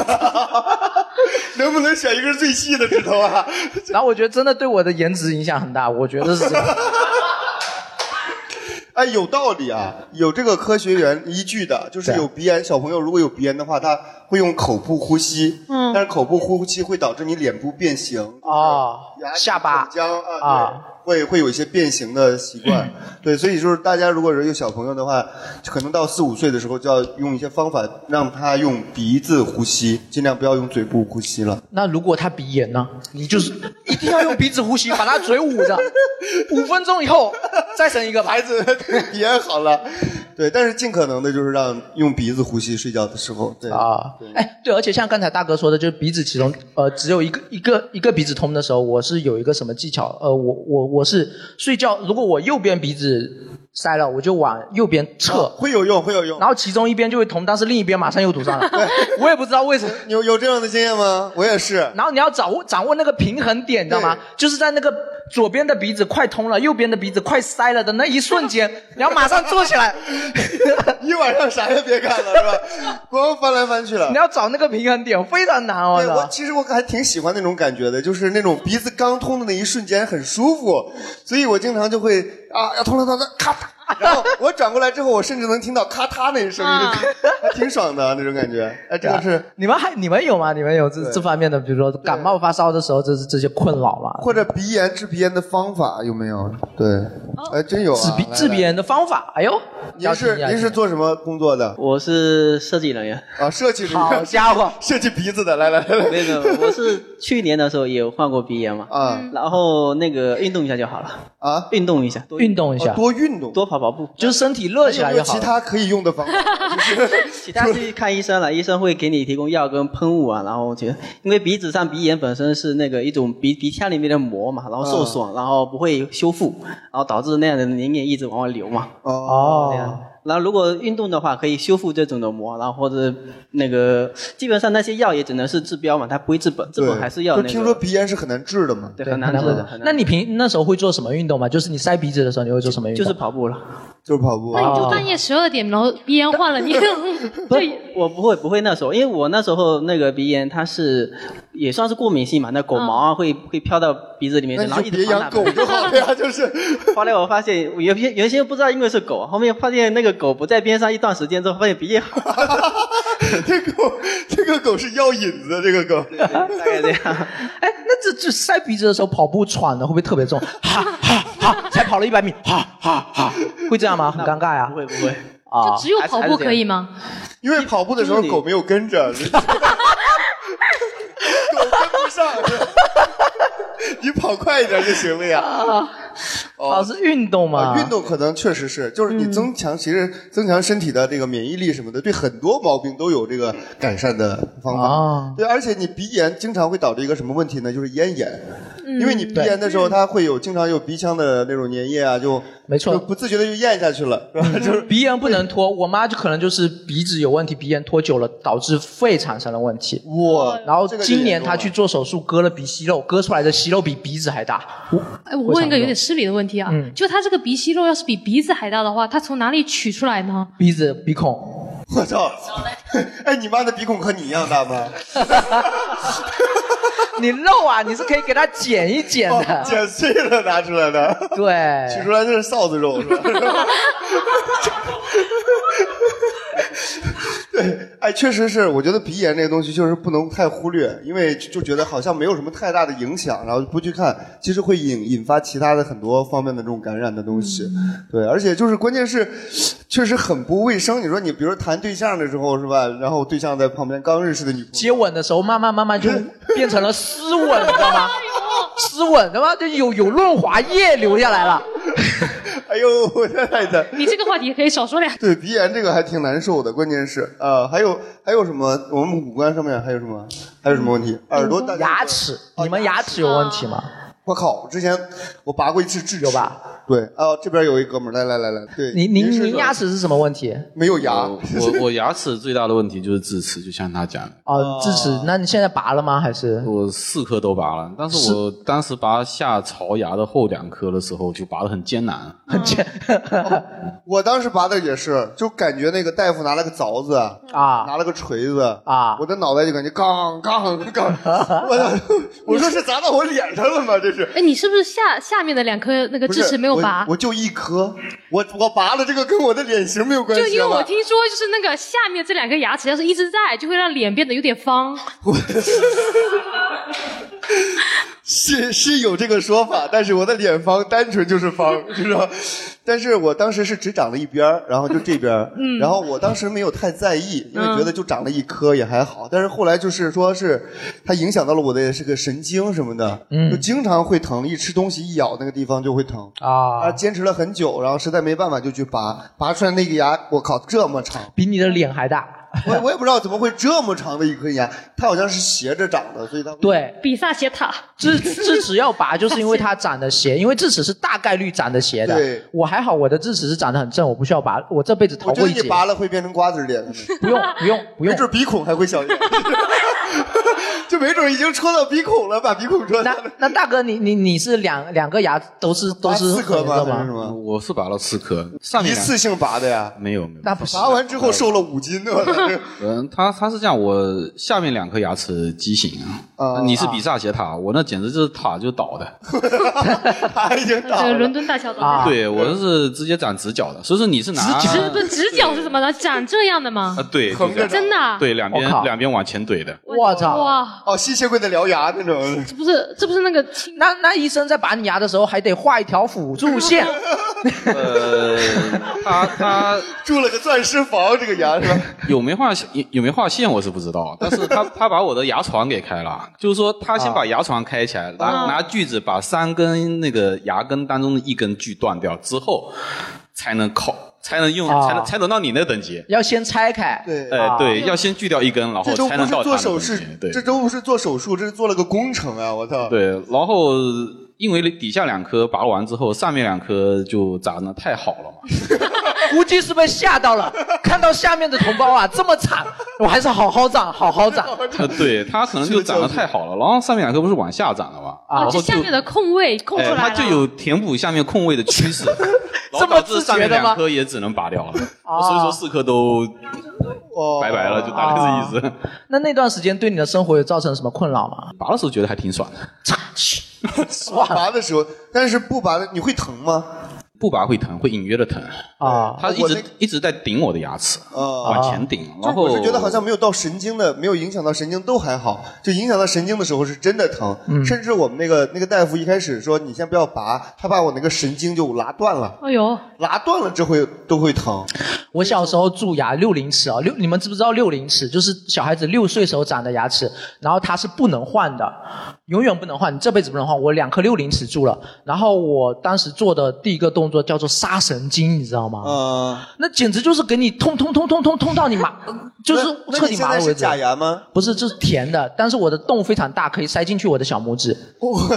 能不能选一根最细的指头啊？
然后我觉得真的对我的颜值影响很大，我觉得 是这样。
哎，有道理啊，有这个科学原依据的，就是
对
有鼻炎小朋友如果有鼻炎的话，他会用口部呼吸，嗯，但是口部呼吸会导致你脸部变形，
哦
牙，齿
下巴
口腔啊，
啊嗯
对，会会有一些变形的习惯， 对，所以就是大家如果是有小朋友的话，可能到四五岁的时候就要用一些方法让他用鼻子呼吸，尽量不要用嘴部呼吸了。
那如果他鼻炎呢？你就是一定要用鼻子呼吸，把他嘴捂 着，五分钟以后再生一个吧。
孩子 鼻炎好了，对，但是尽可能的就是让用鼻子呼吸睡觉的时候，对
啊，哎，对，而且像刚才大哥说的，就是鼻子其中呃只有一个一个一个鼻子通的时候，我是有一个什么技巧？呃，我我我是睡觉，如果我右边鼻子塞了，我就往右边侧，
哦会有用，会有用。
然后其中一边就会通，但是另一边马上又堵上了， 我也不知道为什么。
你有有这样的经验吗？我也是，
然后你要掌握掌握那个平衡点，你知道吗
对？
就是在那个左边的鼻子快通了，右边的鼻子快塞了的那一瞬 间，然后马上坐起来，
一晚上啥也别干了，是吧？光翻来翻去了
你。要找那个平衡点非常难哦。
对，
是吧
我其实我还挺喜欢那种感觉的，就是那种鼻子刚通的那一瞬间很舒服，所以我经常就会啊，要通了通了，咔嗒，然后我转过来之后，我甚至能听到咔嗒那声音，
啊
还挺爽的那种感觉。哎，这个是
你们还你们有吗？你们有这
对
这方面的，比如说感冒发烧的时候，这这些困扰啊吗？
或者鼻炎治鼻炎的方法啊有没有？对，
哦
哎，真有啊。
治鼻
来
治鼻，炎的方法，哎呦，
来您是您是做什么工作的？
我是设计人员，
啊，设计这
好
个
家伙，
设计鼻子的，来来来来，
那个 我是去年的时候也有患过鼻炎嘛，
啊
然后那个运动一下就好了，
啊，
运动一下，多
运动一
哦
下，
多运动。
多跑跑步，
就是身体热起
有
来
没有
就好
其
了。
他可以用的 方法？
其他去看医生了，医生会给你提供药跟喷雾啊，然后觉得因为鼻子上鼻炎本身是那个一种鼻鼻腔里面的膜
嗯
嘛，然后受损，然后不会修复，然后导致那样的粘液一直往外流嘛。
哦，
这
哦
样，然后如果运动的话，可以修复这种的膜，然后或者那个基本上那些药也只能是治标嘛，它不会治本，治
对，
本还是要
就
那个。
听说鼻炎是很难治的嘛？
对
对
很难治
很
的，
难
很难
那你平那时候会做什么运动吗？就是你塞鼻子的时候，你会做什么运
就
动？
是跑步了。
就是跑步啊
那。你就
哦
半夜十二点，然后鼻炎患了，你 对
我不会不会那时候，因为我那时候那个鼻炎它是也算是过敏性嘛，那狗毛啊会会飘到鼻子里面
那
去，
你
然后
就
一直
别
传染
养狗就好了呀，就是
后来我发现，原先原先不知道，因为是狗，后面发现那个狗不在边上一段时间之后，发现鼻炎好，
这狗，这个狗是药引子的，这个狗。
大概这样。
哎，那这这塞鼻子的时候跑步喘的会不会特别重？哈哈哈，才跑了一百米，哈哈哈，会这样吗？很尴尬呀
不。会不会，
啊
就，只有
还是
跑
还是
步可
这样
以吗？
因为跑步的时候
就是你
狗没有跟着， 狗跟不上，你跑快一点就行了呀。
哦是运动嗯吗？
啊，运动可能确实是，就是你增强，其实增强身体的这个免疫力什么的，对很多毛病都有这个改善的方
啊
法。对，而且你鼻炎经常会导致一个什么问题呢？就是咽炎，
嗯
因为你鼻炎的时候，它会有经常有鼻腔的那种粘液啊，就
没错
就不自觉的就咽下去了，是吧？ 就是
鼻炎不能拖，我妈就可能就是鼻子有问题，鼻炎拖久了导致肺产生了问题。
哇，
然后
这个就
今年
严重
她
了
去做手术，割了鼻息肉，割出来的息肉比鼻子还大。啊
哎，我问一
常
个有
用
点失礼的问题啊，
嗯
就它这个鼻息肉要是比鼻子还大的话，它从哪里取出来 呢？
鼻子鼻孔，
我操！ 哎，你妈的鼻孔和你一样大吗？
你肉啊，你是可以给它 剪一剪的。
哦剪碎了拿出来的，取
对，
出来就是臊子肉，是吧？对，哎，确实是，我觉得鼻炎这个东西就是不能太忽略，因为就觉得好像没有什么太大的影响，然后不去看，其实会引引发其他的很多方面的这种感染的东西。对，而且就是关键是，确实很不卫生。你说你比如谈对象的时候是吧？然后对象在旁边刚认识的女朋友，
接吻的时候慢慢慢慢就变成了湿吻，你知道吗？湿吻，他妈就有有润滑液流下来了。
哎呦，我的太太。
你这个话题可以少说两。
对鼻炎这个还挺难受的，关键是呃，还有还有什么？我们五官上面还有什么？还有什么问题？
嗯
耳朵、大
牙。齿，你们牙齿有问题吗？
我靠！之前我拔过一次智齿，
有？吧？
对，啊，这边有一哥们儿，来来来来，对，
您您
是
您牙齿是什么问题？
没有牙？
我我我牙齿最大的问题就是智齿，就像他讲的，呃
哦，智齿，那你现在拔了吗？还是？
我四颗都拔了，但是我当时拔下槽牙的后两颗的时候，就拔得很艰难。
很欠
我当时拔的也是，就感觉那个大夫拿了个凿子，
啊
拿了个锤子。
啊
我！的脑袋就感觉杠杠 杠，我的我说是砸到我脸上了吗？这是
哎，你是不是下下面的两颗那个
不是
智齿没有拔
我？我就一颗，我我拔了这个跟我的脸型没有关系
就
吧。
因为我听说，就是那个下面这两颗牙齿要是一直在，就会让脸变得有点方。
是是有这个说法，但是我的脸方单纯就是方，知道？但是我当时是只长了一边儿，然后就这边儿，然后我当时没有太在意，因为觉得就长了一颗也还好。但是后来就是说是它影响到了我的这个神经什么的，
嗯
就经常会疼，一吃东西一咬那个地方就会疼。啊，
啊，
坚持了很久，然后实在没办法就去拔，拔出来那个牙，我靠，这么长，
比你的脸还大。
我我也不知道怎么会这么长的一颗牙，它好像是斜着长的，所以它
对，
比萨斜塔，
智智齿要拔，就是因为它长得斜，因为智齿是大概率长得斜的。
对
我还好，我的智齿是长得很正，我不需要拔，我这辈子逃
我觉
过
得
一
你
劫。
拔了会变成瓜子脸的，
不用不用不
没
用，
准鼻孔还会小一点， 就没准已经戳到鼻孔了，把鼻孔戳
那
大了。
那大哥，你你你是两两个牙都是都是
拔四颗
合的
吗？还是什
吗？
么？
我是拔了四颗，上面
一
两
次性拔的呀？
没有没有。
那不行
拔完之后瘦了五斤呢。我这
嗯，他他是这样，我下面两颗牙齿畸形
啊
啊，你是比萨斜塔，我那简直就是塔就倒的，
他已经倒
呃，伦
了。
敦大桥的。
啊，
对我是直接长直角的，所以说你是拿
直
直不是直角啊是什么呢？长这样的吗
啊？对，
横着
就这样
真的啊？
对两边
我靠
两边往前怼的，
我操！
哇，
哦，吸血鬼的獠牙那种，
这不是这不是那个青
那那医生在拔你牙的时候，还得画一条辅助 线，
呃，他他
住了个钻石房，这个牙是吧？
有没画线有有没画线我是不知道，但是他他把我的牙床给开了， 就是说他先
啊
把牙床开起来，拿拿锯子把三根那个牙根当中的一根锯断掉之后，才能靠，才能用，
啊
才能才能到你那等
啊
级。
要先拆开。
对
哎、
啊
对，要先锯掉一根，然
这
后
都
才
不
能
是
到他
做
的
手
等级
术。，
对
这都不是做手术，这是做了个工程啊！我 操，
对，然后因为底下两颗拔完之后，上面两颗就长得太好 了嘛。
估计是被吓到了，看到下面的同 胞啊这么惨，我还是好好长，好好长
呃，对，它可能就长得太好了，然后上面两颗不是往下长的嘛，
啊
然
哦，
后
就
就
下面的空位空出
哎，
来
它
了。
就有填补下面空位的趋 势，然
这
后
么
导
自
致
觉的
上
吗
面两颗也只能拔掉了，
啊
所以说四颗都
哦，
拜拜了，就大概这意思。
那那段时间对你的生活有造成什么困扰吗？
拔的时候觉得还挺爽的，
爽
拔的时候，但是不拔的你会疼吗？
不拔会疼，会隐约的疼，
啊！
它一
我
直
那个
一直在顶我的牙齿，
啊，
往前顶，
就
然
是
后
我是觉得好像没有到神经的，没有影响到神经都还好，就影响到神经的时候是真的疼。
嗯
甚至我们那个那个大夫一开始说你先不要拔，他把我那个神经就拉断了，
哎呦，
拉断了之后都会 疼。
我小时候蛀牙六龄齿啊，六你们知不知道六龄齿就是小孩子六岁时候长的牙齿，然后它是不能换的，永远不能换，你这辈子不能换。我两颗六龄齿蛀了，然后我当时做的第一个动作叫做杀神经，你知道吗？
啊，
那简直就是给你痛痛痛痛痛痛到你麻，就是
那那
彻
你
底
现
麻
在
了
是
为止。
假牙吗？
不是，就是甜的，但是我的洞非常大，可以塞进去我的小拇指。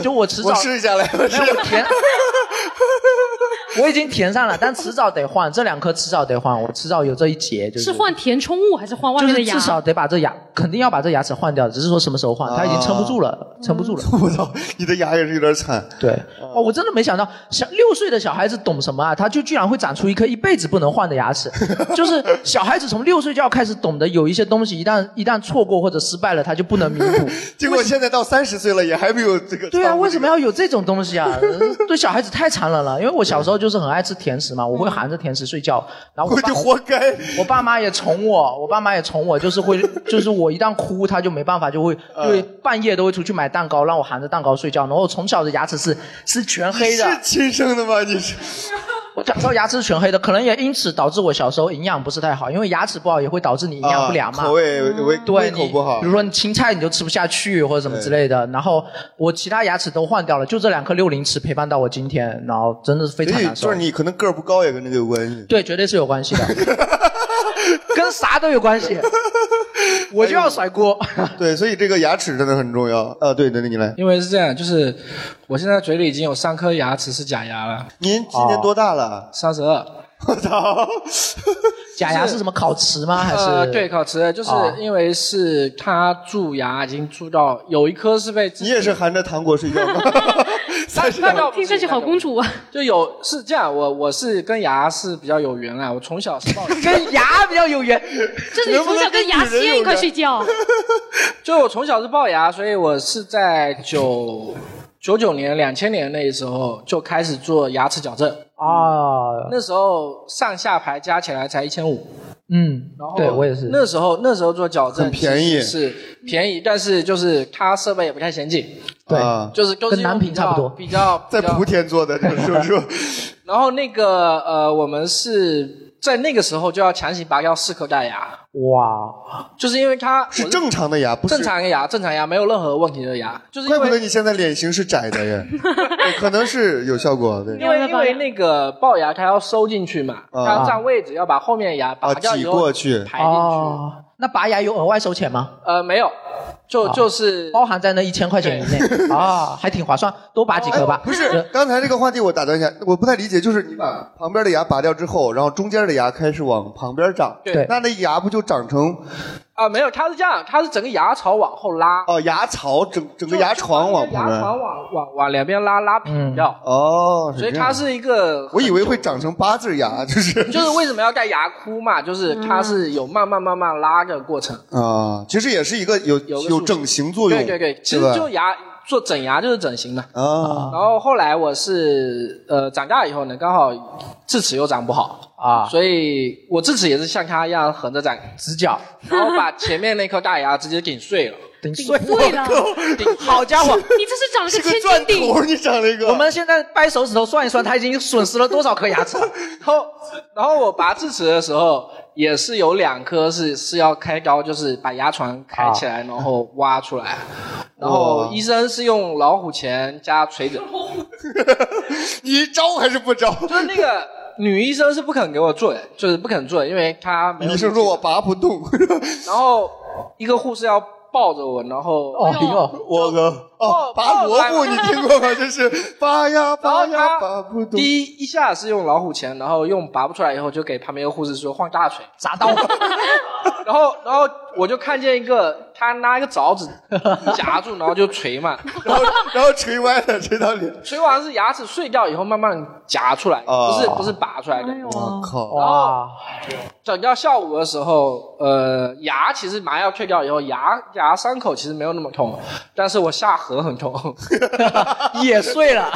就我迟早
我试一下来，我试
没有我填， 我已经填上了，但迟早得换，这两颗迟早得换，我迟早有这一劫，就是
是换填充物还是换外
就
面的
是
牙？
至少得把这牙，肯定要把这牙齿换掉，只是说什么时候换，它已经撑不住了，撑不住了。
嗯我操，你的牙也是有点惨。啊
对，哦，
嗯
我真的没想到，小六岁的小孩子懂什么啊？他就居然会长出一颗一辈子不能换的牙齿，就是小孩子从六岁就要开始懂得有一些东西，一旦一旦错过或者失败了，他就不能弥补。
结果现在到三十岁了，也还没有这个。
对啊，为什么
要？
要有这种东西啊？ 对小孩子太残忍了。因为我小时候就是很爱吃甜食嘛，我会含着甜食睡觉，然
嗯
后
我
我爸
就活该。
我爸妈也宠我，我爸妈也宠我，就是会，就是我一旦哭，他就没办法，就会就
嗯
会半夜都会出去买蛋糕，让我含着蛋糕睡觉。然后我从小的牙齿是是全黑的
是，亲生的吗？你是
我小时候牙齿是全黑的，可能也因此导致我小时候营养不是太好，因为牙齿不好也会导致你营养不良嘛。
啊口味胃
对
胃
你
口不好
比。如说你青菜你就吃不下去或者什么之类的。然后我其他牙齿都换掉了，就这两颗六龄齿陪伴到我今天，然后真的是非
所
常
以
难受。
就是你可能个儿不高也跟这个有关 系。
对，绝对是有关 系的，跟啥都有关系。我就要甩锅，
对，所以这个牙齿真的很重要。啊，对，对，对你来。
因为是这样，就是我现在嘴里已经有三颗牙齿是假牙了，
您今年多大了？
三十二。
我操！
假牙是什么烤瓷吗？还是、
呃，对，烤瓷就是
啊
哦
因为是他蛀牙已经蛀到有一颗是被
你也是含着糖果睡觉 吗？三十
那倒不
听上去好公主
主，
啊！
就有是这样，我我是跟牙是比较有缘啊，我从小是 抱，
跟牙比较 有缘。
就是你从小跟牙仙一块睡觉，
就我从小是龅牙，所以我是在九九九年、两千年那时候就开始做牙齿矫正，
啊，
那时候上下排加起来才一千五，
嗯
然后，
对我也是。
哦那时候那时候做矫正
很便宜
其实是便宜，但是就是它设备也不太先进，
对
啊，
就是都是
跟南
用比
平
较
差不多
比较
在
比较
莆田做的，这个是不 是？
然后那个呃，我们是在那个时候就要强行拔掉四颗大牙，
哇，
就是因为它
是正常的牙，不
我
是
正。常的牙，正常牙没有任何问题的牙，就是
怪
因
不得
为
你现在脸型是窄的 呀，对可能是有效果。对
因为因为那个龅牙它要收进去嘛，
啊
它要占位置，要把后面的牙拔
啊，
掉
挤
以后
过去
排进去。
哦，那拔牙有额外收钱吗？
呃，没有，就就是
啊包含在那一千块钱以内 啊，还挺划算，多 拔几颗吧。
啊不是，刚才这个话题我打断一下，我不太理解，就是你把旁边的牙拔掉之后，然后中间的牙开始往旁边长，
对
那那牙不就长成
啊、没有，它是这样，它是整个牙槽往后拉，
哦牙槽整整个牙床往旁
啊牙床
边？
往往往两边拉拉平掉，
哦，
所以
这样
它是一 个，
我以为会长成八字牙， 就是
就是为什么要戴牙箍嘛，就是它是有慢慢慢慢拉的过程，
啊，其实也是一个有
有个
有整形作用，
对对对，其实
吧
就牙做整牙就是整形嘛。
啊
然后后来我是呃长大以后呢，刚好智齿又长不好，
啊，
所以我智齿也是像它一样横着长，
直角
然后把前面那颗大牙直接顶碎了。
顶碎
对了，
好家伙！
你这是长了个千
钻
斤顶，
头你长了一个，
我们现在掰手指头算一算，他已经损失了多少颗牙 齿了？
然后然后我拔智齿的时候，也是有两颗是是要开刀，就是把牙床开
啊
起来，然后挖出来。然后医生是用老虎钳加锤子，
你招还是不招？
就是那个女医生是不肯给我做的，就是不肯做的，因为她没有
医生说我拔不动，
然后一个护士要抱着我，然后
哦哟，
我个哦
抱
拔萝卜
抱
你听过吗？就是拔呀
然
拔
后
呀
他
拔不动，
第一一下是用老虎钳，然后用拔不出来以后就给旁边一个护士说换大锤，
砸刀！
然后然后我就看见一个他拿一个凿子夹住，然后就锤嘛，
然后然后锤歪了锤到脸，
锤完是牙齿碎掉以后慢慢夹出来，
哦
不是不是拔出来的。
我靠，
哇，
整到下午的时候，呃，牙其实麻药退掉以后，牙牙伤口其实没有那么痛，但是我下颌很痛。
也碎了。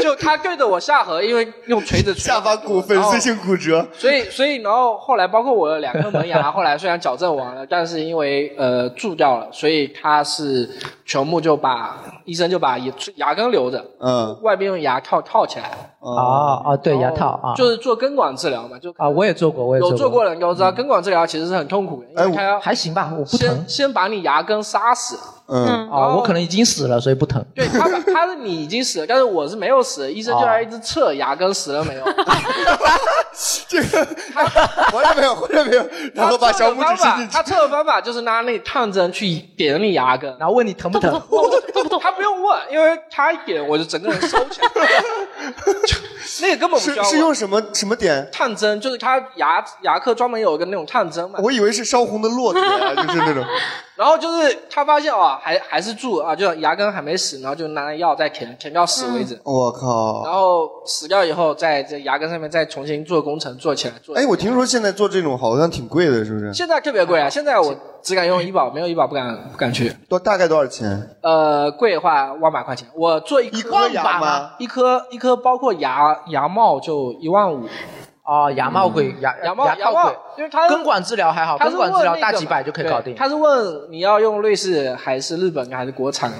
就他对着我下颌，因为用锤子锤
下巴骨粉碎性骨折，
所以，所以，然后后来，包括我的两颗门牙，后来虽然矫正完了，但是因为呃蛀掉了，所以他是全部就把医生就把牙牙根留着，
嗯
外边用牙套套起来，
啊啊，对，牙套啊，
嗯就是做根管治疗嘛，就
啊，我也做过，我也
有做过
过，
的人都知道，根管治疗其实是很痛苦的，
哎
因为他要
还行吧，我不疼
先先把你牙根杀死，
嗯，
啊，我可能已经死了，所以不疼。
对他把他是你已经死了，但是我是没有死，医生就要一直测牙根死了没有。
这 个回来没有回来没有，然后把小拇指伸进去
他，测的方法就是拿那探针去点你牙根，
然后问你疼不疼？
他不用问，因为他一点我就整个人收起来， 就那个根本不需
是
要
是
问
用什么什么点？
探针，就是他牙牙科专门有一个那种探针嘛，
我以为是烧红的骆驼 啊，就是那种。
然后就是他发现啊，还还是蛀啊，就牙根还没死，然后就拿药再填填到死为止。
我靠！
然后死掉以后，在这牙根上面再重新做工程，做起来做。
哎，我听说现在做这种好像挺贵的，是不是？
现在特别
哎
贵啊！现在我只敢用医保，没有医保不敢不敢去。
多大概多少钱？
呃，贵的话万把块钱，我做一
一
颗
颗牙吗？
一颗一颗包括牙牙帽就一万五，嗯
啊，牙帽贵，牙
牙帽
套
帽
贵。，
因为他
根管治疗还好，
他
根
是
管
问
治疗
那
大
个
几
嘛
百就可以
对
搞定。
他是问你要用瑞士还是日本还是国 产，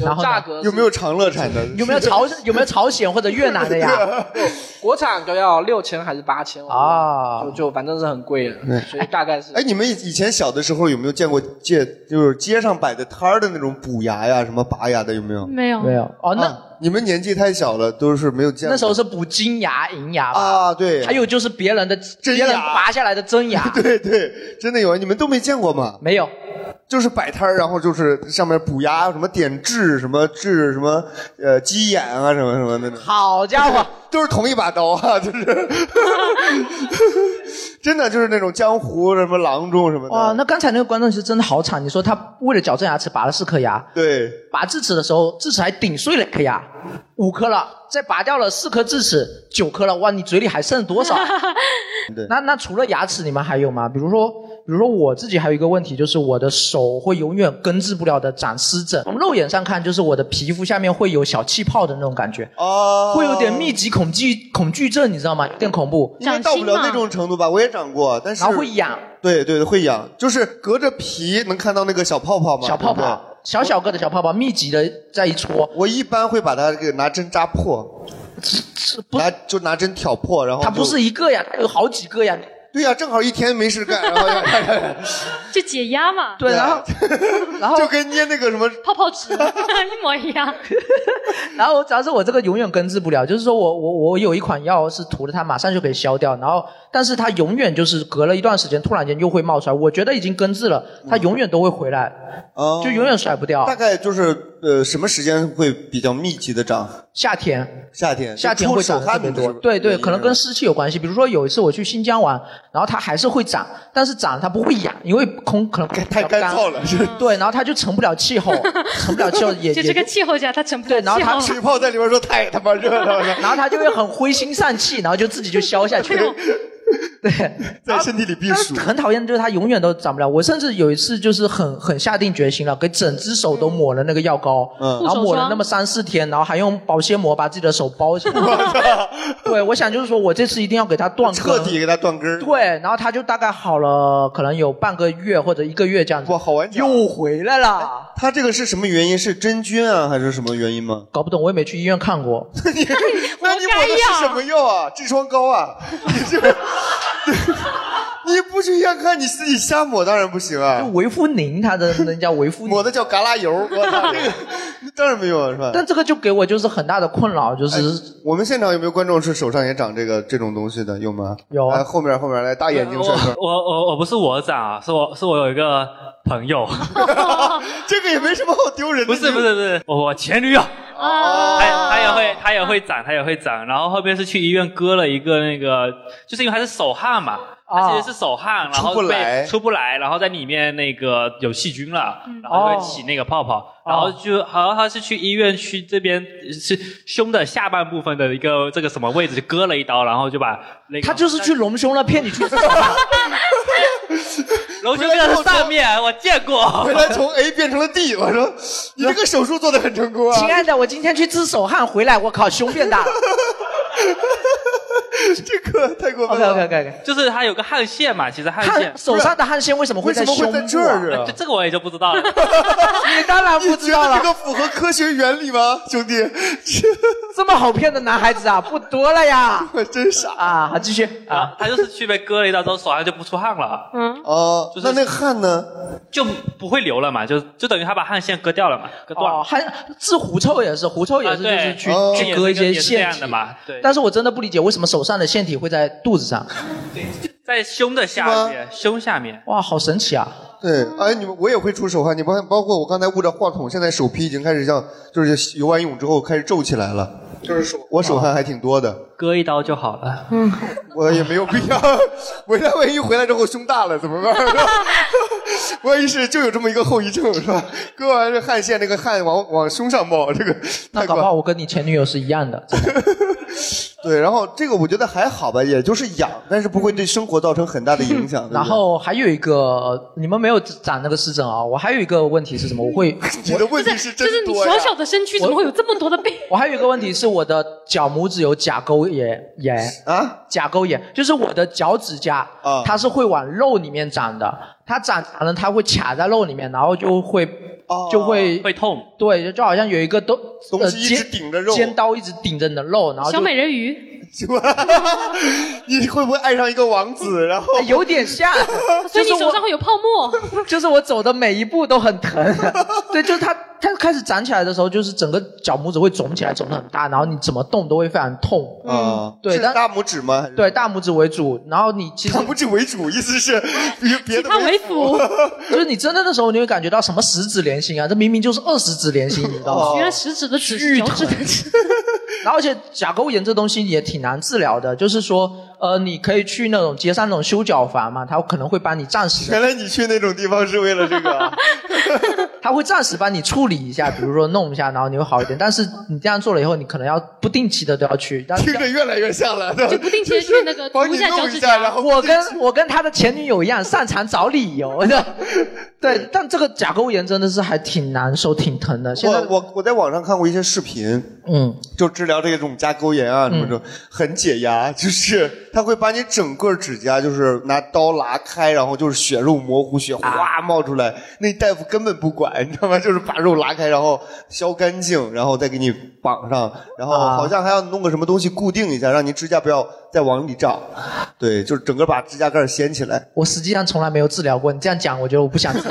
然后呢
价格是
有没有长乐产的？
有没有朝有没有朝鲜或者越南 的呀？
国产都要六千还是八千
啊
就就反正是很贵的，所以大概是
哎，你们以以前小的时候有没有见过街就是街上摆的摊儿的那种补牙呀、什么拔牙的有没有？
没有
没有哦，那
啊你们年纪太小了，都是没有见过。
那时候是补金牙、银牙吧，
啊，对，
还有就是别人的别
真
人
牙，
拔下来的真牙
对对，真的有，啊你们都没见过吗？
没有
就是摆摊儿，然后就是上面补牙，什么点痣，什么痣，什么呃鸡眼啊，什么什么那种。
好家伙，
都是同一把刀啊， 就是， 真的就是那种江湖什么郎中什么的。
哇！那刚才那个观众是真的好惨，你说他为了矫正牙齿拔了四颗牙，
对，
拔智齿的时候智齿还顶碎了一颗牙，五颗了，再拔掉了四颗智齿，九颗了，哇！你嘴里还剩多少？
对
那那除了牙齿，你们还有吗？比如说，比如说我自己还有一个问题，就是我的手会永远根治不了的长湿疹，从肉眼上看就是我的皮肤下面会有小气泡的那种感觉。
哦，
会有点密，集恐惧恐惧症，你知道吗？有点恐怖，
应该到不了那种程度吧？我也长过，但是
然后会痒，
对对会痒，就是隔着皮能看到那个小泡泡吗？
小泡
对不
泡
对。，
小小个的小泡泡，密集的在一搓，
我一般会把它给拿针扎破，
不
拿就拿针挑破，然后
它不
就是
一个呀，它有好几个呀，
对呀、正好一天没事干，然后
就解压嘛。
对
啊
然后
然 后
就跟捏那个什么
泡泡纸 一模一样。
然后主要是我这个永远根治不了，就是说我我我有一款药是涂了它马上就可以消掉，然后但是它永远就是隔了一段时间突然间又会冒出来，我觉得已经根治了，它永远都会回来，
哦
就永远甩不掉。
大概就是呃什么时间会比较密集的长？
夏天，
夏天，
夏天会
出
长
手
特
汗
别
的
多
时，候
对对，可能跟湿气有关系。比如说有一次我去新疆玩，然后它还是会长，但是长它不会痒，因为空可能太
干燥了是
对，然后它就成不了气候，成不了气候啊 也
就
也
这个气候下，它成不了
对，然后
气
他
候。
气
泡在里面说太他妈热了，
然后他就会很灰心丧气，然后就自己就消下去了。
在身体里避暑。
很讨厌的就是他永远都长不了。我甚至有一次就是很很下定决心了，给整只手都抹了那个药膏，
嗯
然后抹了那么三四天，然后还用保鲜膜把自己的手 包起来。对，我想就是说我这次一定要给它断根
彻底给它断根儿。
对，然后他就大概好了，可能有半个月或者一个月这样子。
哇，好玩！
又回来了，
它这个是什么原因？是真菌啊，还是什么原因吗？
搞不懂，我也没去医院看过。
那你抹的是什么药啊？痔疮膏啊？你这， 你不去医院看，你自己瞎抹当然不行啊。
维夫宁，他的 那叫维夫宁，
抹的叫嘎啦油，我操，这个当然没有啊，是吧？
但这个就给我就是很大的困扰，
哎
就是
我们现场有没有观众是手上也长这个这种东西的？有吗？
有啊
来后面后面来，大眼睛帅哥，
我我我不是我长啊，是我是我有一个朋友，
这个也没什么好丢人
不
的。
是不是不是，我我前女友，
哦
哎
啊，
她她也会她也会长，她也会长，然后后面是去医院割了一个那个，就是因为她是手汗嘛。
啊
她其实是手汗，然后
出不来
被出不来，然后在里面那个有细菌了，
嗯
然后就会起那个泡泡，
哦
然后就好像她是去医院去这边是胸的下半部分的一个这个什么位置就割了一刀，然后就把那个
他就是去隆胸了，骗你去。
龙胸变成上面，我见过
回。来从 A 变成了 D，我说你这个手术做的很成功啊。
亲爱的，我今天去自首汗回来，我靠，胸变大了。
这个太过
OK
分了。
OK OK OK。
就是它有个汗腺嘛，其实汗腺
汗，手上的汗腺为什么会
为什
在
么
胸
会
部
在这
啊？
儿
呃
啊
这？这个我也就不知道了。
你当然不
你
知
觉
道
得这
了，
个符合科学原理吗，兄弟？
这么好骗的男孩子啊，不多了呀。
我 真傻
啊，好继续啊，
啊，他就是去被割了一刀之后，手上就不出汗了，
哦
就。是
那那个汗呢？
就不会流了嘛，就就等于他把汗腺割掉了嘛，割断
哦，
了。
还治狐臭也是，狐臭也是就
啊
是
对
去
哦
去
也
割
是
一些
也是这
腺
样
体啊
的。嘛，对。
但是我真的不理解为什么手上的腺体会在肚子上，
在胸的下面，胸下面。
哇，好神奇啊！
对，哎，你们我也会出手汗，你包包括我刚才捂着话筒，现在手皮已经开始像就是游完泳之后开始皱起来了，就是手我手汗还挺多的。
割一刀就好了，
嗯
我也没有必要。我那万一回来之 后胸大了怎么办？ 是吧万一是就有这么一个后遗症是吧？割完这汗腺，那个汗往往胸上冒，这个
那
太
搞
搞
不好我跟你前女友是一样的，真的
对，然后这个我觉得还好吧，也就是痒，但是不会对生活造成很大的影响。对不对
然后还有一个，你们没有长那个湿疹啊？我还有一个问题是什么？我会
你的问题
就是就
真
是你
多呀
小小的身躯怎么会有这么多的病？
我还有一个问题是，我的脚拇指有甲沟炎炎，
啊，
甲沟炎就是我的脚趾甲，
啊
它是会往肉里面长的，它长长了它会卡在肉里面，然后就会、
哦
就会
会痛。
对，就好像有一个东
东西一直顶着肉
尖刀一直顶着你的肉，然后就
小美人鱼，
你会不会爱上一个王子？然后
哎有点像，
所
就
以
是
你手上
我
会有泡沫。
就是我走的每一步都很 疼，对，就是它它开始长起来的时候，就是整个脚拇指会肿起来，肿得很大，然后你怎么动都会非常痛。
啊，
对
是
但
大拇指吗？还是
对，大拇指为主，然后你其实
大拇指为主，意 思是别别的
他为 辅，
就是你真的那时候，你会感觉到什么十指连心啊？这明明就是二十指连心，你知道吗？
哦原来食指的指是脚趾的指，
然后而且甲沟炎这东西也挺难治疗的，就是说，呃，你可以去那种街上那种修脚房嘛，他可能会帮你暂时
原来你去那种地方是为了这个啊，
他会暂时帮你处理一下，比如说弄一下，然后你会好一点。但是你这样做了以后，你可能要不定期的都要去。但
听着越来越像了，对吧
就不定期地去那个
帮
涂
你
一下脚
弄
趾
一下，
甲
然后
我跟我跟他的前女友一样，擅长找理由的。对，但这个甲沟炎真的是还挺难受、挺疼的。现在
我我我在网上看过一些视频，
嗯，
就治疗这种甲沟炎啊什么的，很解压， 就是他会把你整个指甲
啊
就是拿刀拉开，然后就是血肉模糊，血哗冒出来，那大夫根本不管，管，你知道吗？就是把肉拉开，然后削干净，然后再给你绑上，然后
啊
好像还要弄个什么东西固定一下，让你指甲不要再往里 长。对，就是整个把指甲盖掀起来。
我实际上从来没有治疗过，你这样讲，我觉得我不想治疗。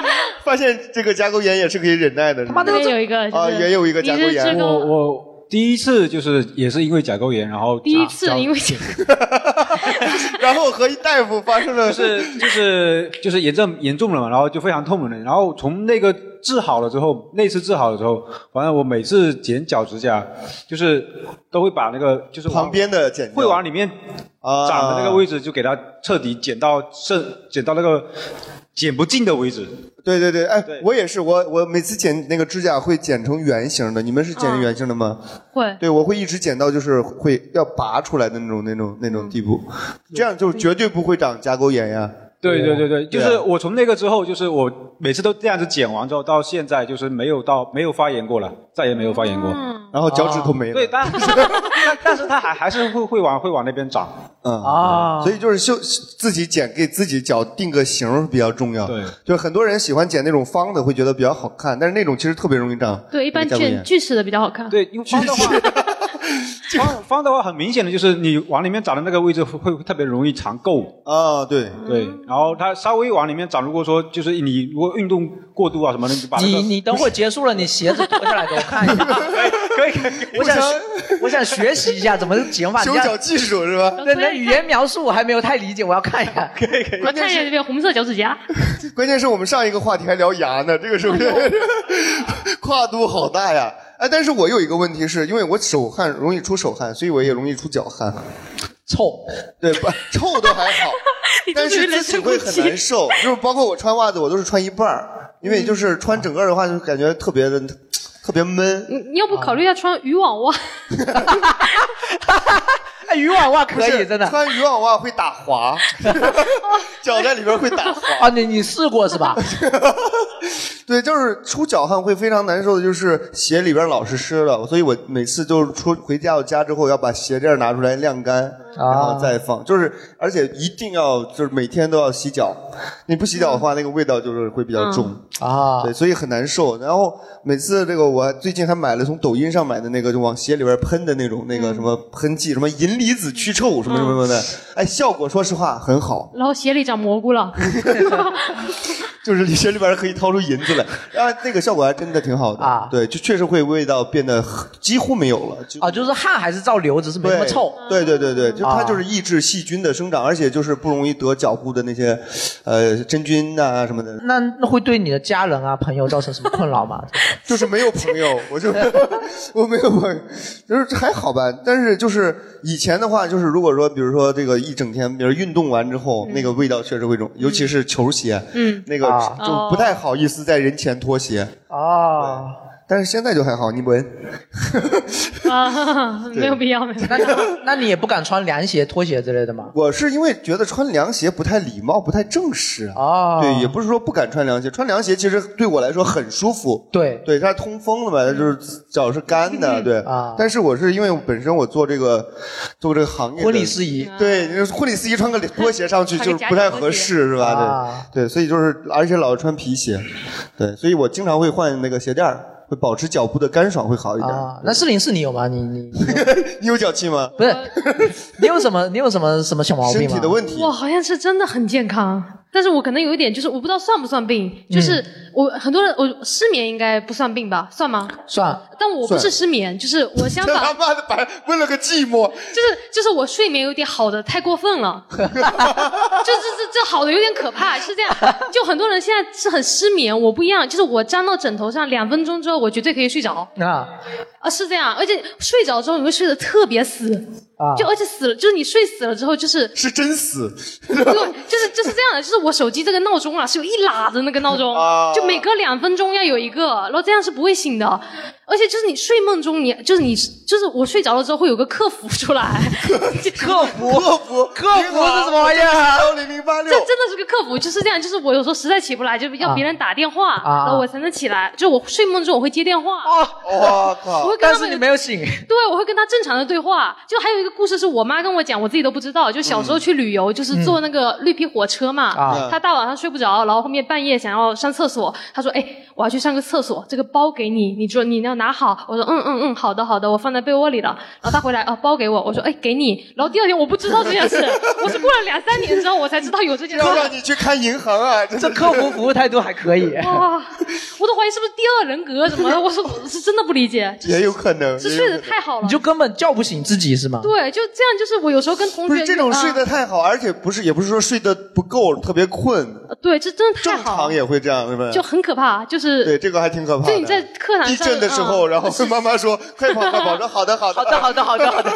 发现这个甲沟炎也是可以忍耐的。他
妈的
也有一个
啊，
就是
也有一个甲沟
你是这
炎。
个
我我第一次就是也是因为甲沟炎，然后
第一次
甲
因为
然后和一大夫发生了
就是就是就是炎症严重了嘛，然后就非常痛了。然后从那个治好了之后，那次治好了之后，反正我每次剪脚趾甲，就是都会把那个就是往
旁边的剪掉
会往里面
啊
长的那个位置就给它
哦
彻底剪到剩剪到那个剪不进的位置。
对对对，哎，我也是，我 我每次剪那个指甲会剪成圆形的，你们是剪圆形的吗？
会
对，我会一直剪到就是会要拔出来的那种那种那
嗯
种地步，这样就绝对不会长甲沟炎呀。
对对对对，就
对啊
是我从那个之后，就是我每次都这样子剪完之后，到现在就是没有到没有发炎过了，再也没有发炎过。
嗯
然后脚趾头
嗯
没了。
对，但但但是它还还是会会往会往 那边长。
嗯
啊
所以就是修自己剪，给自己脚定个型儿比较重要。
对，
就是很多人喜欢剪那种方的，会觉得比较好看，但是那种其实特别容易长。
对一般
甲沟炎
锯锯齿的比较好看。
对，因为方的话，方方的话很明显的就是你往里面长的那个位置会会会特别容易长垢。
啊，对，
对，
嗯
然后它稍微往里面长，如果说就是你如果运动过度啊什么的，你就把那
你
个
你等会儿结束了，你鞋子脱下来给我看 一下。
可以可以可以
我想我想学习一下怎么剪法。
修
你看
脚技术是吧？
对，那语言描述我还没有太理解，我要看一 下。
我看一下这边红色脚趾甲，
关键是我们上一个话题还聊牙呢，这个是不
哎
是 跨度好大呀？哎，但是我有一个问题是，因为我手汗容易出手汗，所以我也容易出脚汗。
臭，
对，不 臭都还 好，但是自己会很难受，就是包括我穿袜子，我都是穿一半儿，因为就是
嗯
穿整个的话，就感觉特别的特别闷。
你你要不考虑一下穿渔网袜？
哎，渔网袜
不
可以，
是
真的。
穿渔网袜会打滑， 脚在里边会打滑。
啊，你你试 过是吧？
对，就是出脚汗会非常难受的，就是鞋里边老是湿了，所以我每次就是出回家到家之后要把鞋垫拿出来晾干，然后再放。就是而且一定要就是每天都要洗脚，你不洗脚的话，那个味道就是会比较重。
啊
对，所以很难受。然后每次这个我最近还买了从抖音上买的那个，就往鞋里边喷的那种那个什么喷剂，什么银离子驱臭什么什么什么的，哎，效果说实话很好，
然后鞋里长蘑菇了，
就是你鞋里边可以掏出银 子来，啊，那个效果还真的挺好的
啊
对，就确实会味道变得很几乎没有了，就
啊，就是汗还是照流，只是没那么
对
臭。
对对对对，就
啊
它就是抑制细菌的生长，而且就是不容易得脚部的那些呃真菌呐、什么的，
那那会对你的家人啊、朋友造成什么困扰吗？
就是没有朋友，我 就我没有朋友，就是还好吧。但是就是以前的话，就是如果说，比如说这个一整天，比如运动完之后，
嗯
那个味道确实会重，尤其是球鞋，
嗯，
那个
啊
就不太好意思在人前脱鞋。
哦，
但是现在就还好，你闻，
啊，没有必要，没有必要。
那那你也不敢穿凉鞋、拖鞋之类的吗？
我是因为觉得穿凉鞋不太礼貌，不太正式啊。
哦，
对，也不是说不敢穿凉鞋，穿凉鞋其实对我来说很舒服。
对
对，它通风了嘛，它就是脚是干
嗯
的，对
啊
但是我是因为我本身我做这个做这个行业的
婚礼司仪
对，就是婚礼司仪穿个拖鞋上去
穿个
就是不太
夹脚
合
拖鞋
适，是吧？对、
啊
对，所以就是而且老是穿皮鞋，对，所以我经常会换那个鞋垫儿，会保持脚部的干爽会好一点。
啊，那四零四你有吗？你你
你有脚气吗？
不是你有什么你有什么什么小毛病
身
吗？
体的问题
我好像是真的很健康，但是我可能有一点就是我不知道算不算病，就是我很多人我失眠应该不算病吧，算吗？
算
但我不是
算
失眠，就是我相
这他
反，
妈的白问了个寂寞，
就是就是我睡眠有点好的太过分 了，就这这这好的有点可怕，是这样。就很多人现在是很失眠，我不一样，就是我粘到枕头上两分钟之后，我绝对可以睡着
啊
啊，是这样。而且睡着之后你会睡得特别死，
啊
就而且死了，就是你睡死了之后就是
是真死。
对， 就是就是这样的，就是我手机这个闹钟啊，是有一拉的那个闹钟，
啊
就每隔两分钟要有一个，然后这样是不会醒的。而且就是你睡梦中你，就是你就是我睡着了之后会有个客服出 来，这
客服
客服，客
服是什么玩意儿啊
幺零零八
这
六
真。的是个客服，就是这样，就是我有时候实在起不来，就要别人打电话，
啊
然后我才能起来。就我睡梦中我会接电话，
我靠！
会跟
但
他
是
们
你没有醒。
对，我会跟他正常的对话。就还有一个故事是我妈跟我讲，我自己都不知道。就小时候去旅游，就是坐那个绿皮火车嘛，
嗯
啊
她大晚上睡不着，然后后面半夜想要上厕所，她说：“哎，我要去上个厕所，这个包给你，你说你要拿好。”我说：“嗯嗯嗯，好的好的，我放在被窝里了。”然后她回来啊，包给我，我说：“哎，给你。”然后第二天我不知道这件事，我是过了两三年之后我才知道有这件事。
要让你去看银行 啊！这
客服服务态度还可以。
哇，我都怀疑是不是第二人格什么的，我说我是真的不理解，这
也有可能，
这睡得太好了
你。就根本叫不醒自己是吗？
对，就这样，就是我有时候跟同
不
学啊
是这种睡得
的，
太好，而且不是也不是说睡得不够，特别困，
对，这真的太好
常
了，
也会这样，是吧？
呃就很可怕，就是
对，这个还挺可怕的。
就你在课堂上
地震的时候，
嗯
然后妈 妈说：“快跑，快跑！”我说：“好的，好的，好的，
好的，好的，好的。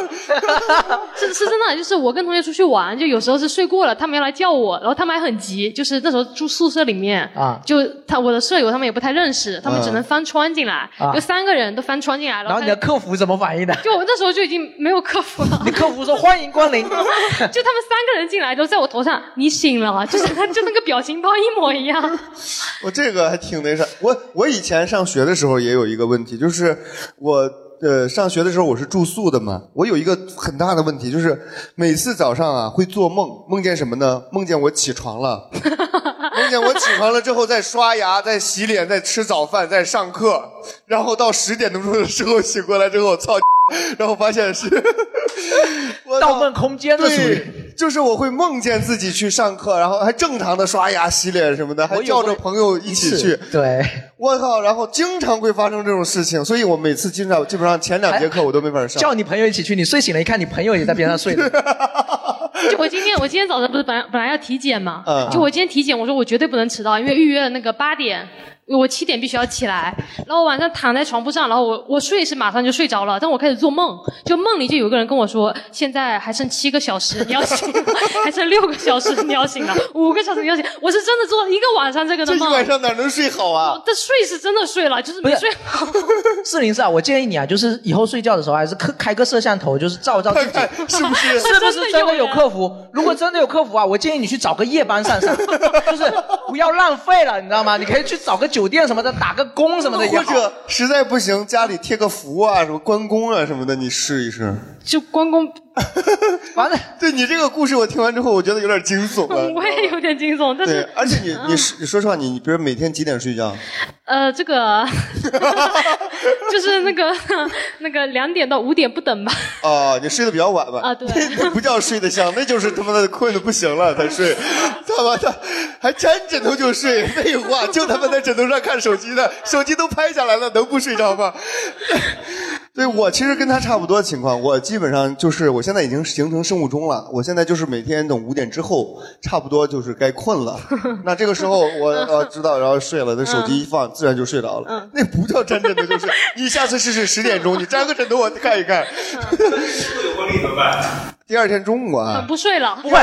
是是真的，就是我跟同学出去玩，就有时候是睡过了，他们要来叫我，然后他们还很急，就是那时候住宿舍里面
啊
就他我的舍友他们也不太认识，他们只能翻窗进来，
啊
有三个人都翻窗进来，
然后
他
你的客服怎么反应的？
就我那时候就已经没有客服了。
你客服说欢迎光 临，
就他们三个人进来都在我头上，你醒了，就是他就那个表情包一模一样。
我这个还挺那啥。我我以前上学的时候也有一个问题，就是我呃上学的时候我是住宿的嘛，我有一个很大的问题，就是每次早上啊会做梦，梦见什么呢？梦见我起床了，梦见我起床了之后再刷牙、 再洗脸、再吃早饭、再上课，然后到十点钟的时候醒过来之后，操！ 然后发现是
盗梦空间的属于。
对，就是我会梦见自己去上课，然后还正常的刷牙、洗脸什么的，还叫着朋友一起去。
对，
我靠！然后经常会发生这种事情，所以我每次经常基本上前两节课我都没法上。
叫你朋友一起去，你睡醒了，一看你朋友也在边上睡 着。
就我今天，我今天早上不是本来本来要体检嘛，
嗯
就我今天体检，我说我绝对不能迟到，因为预约了那个八点，我七点必须要起来。然后晚上躺在床铺上，然后我我睡是马上就睡着了，但我开始做梦，就梦里就有个人跟我说，现在还剩七个小时你要醒 了，还剩六个小时你要醒了，五个小时你要醒。我是真的做了一个晚上这个的
这一
梦，
晚上哪能睡好啊？
但睡是真的睡了，就是没
不是
睡 好。
四零四啊，我建议你啊，就是以后睡觉的时候还是开开个摄像头，就是照一照自己，
是不是
是不是真的有客服？如果真的有客服啊，我建议你去找个夜班上 上，就是不要浪费了，你知道吗？你可以去找个酒店什么的，打个工什么的也
或
好。
者实在不行，家里贴个符啊，什么关公啊什么的，你试一试。
就关 公，
完了，
对你这个故事我听完之后，我觉得有点惊悚
我
了。
也有点惊悚，但
对
是，
而且你你是你说实话，你你比如每天几点睡觉？
呃，这 个 就是那个 那个两点到五点不等吧。
哦，你睡得比较晚吧？
啊对
那 不叫睡得香，那就是他妈的困得不行了才 睡。他妈的还沾枕头就睡，废话，就他妈在枕头上看 手机的，手机都拍下来了，能不睡着吗？对我其实跟他差不多情况，我基本上就是我现在已经形成生物钟了，我现在就是每天等五点之后，差不多就是该困 了。那这个时候我呃知道，然后睡了，那手
嗯
机一放，自然就睡着了。那不叫沾枕头就睡，你下次试试十点钟，你沾个枕头我看一看。
嗯
第二天中午啊，
不睡了，
不会，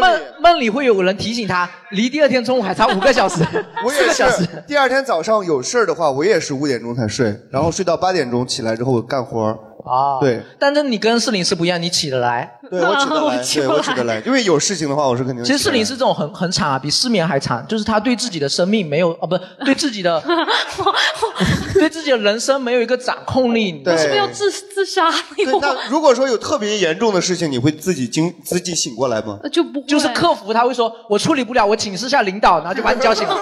梦梦里会有人提醒他，离第二天中午还差五个小时，
我
四
也
个小时
是。第二天早上有事儿的话，我也是五点钟才睡，然后睡到八点钟起来之后干活儿。
啊
对，
但是你跟四零四不一样，你起得来。
对我起得来，
起
对
不
我起得来，因为有事情的话我是肯定起得
其
来。
实四零四这种很很惨啊，比失眠还惨，就是他对自己的生命没有啊，不对自 己的，对自己的人生没有一个掌控力。
对我是不是要
自自杀？
对，那如果说有特别严重的事情，你会自己惊自己醒过来吗？
呃
就不会
就是客服他会说，我处理不了，我请示下领导，然后就把你 叫醒了。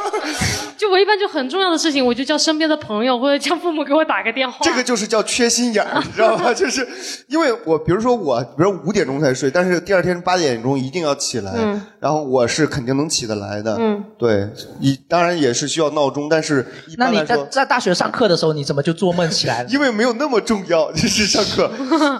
就我一般就很重要的事情，我就叫身边的朋友或者叫父母给我打个电 话。
这个就是叫缺心眼儿，你知道吧？ 就是因为我，比如说我，比如五点钟才睡，但是第二天八点钟一定要起来，
嗯
然后我是肯定能起得来的。
嗯
对，你当然也是需要闹钟，但是一
那
般
你
来
在
说。
在大学上课的时候，你怎么就做梦起来了？
因为没有那么重要，就是上课。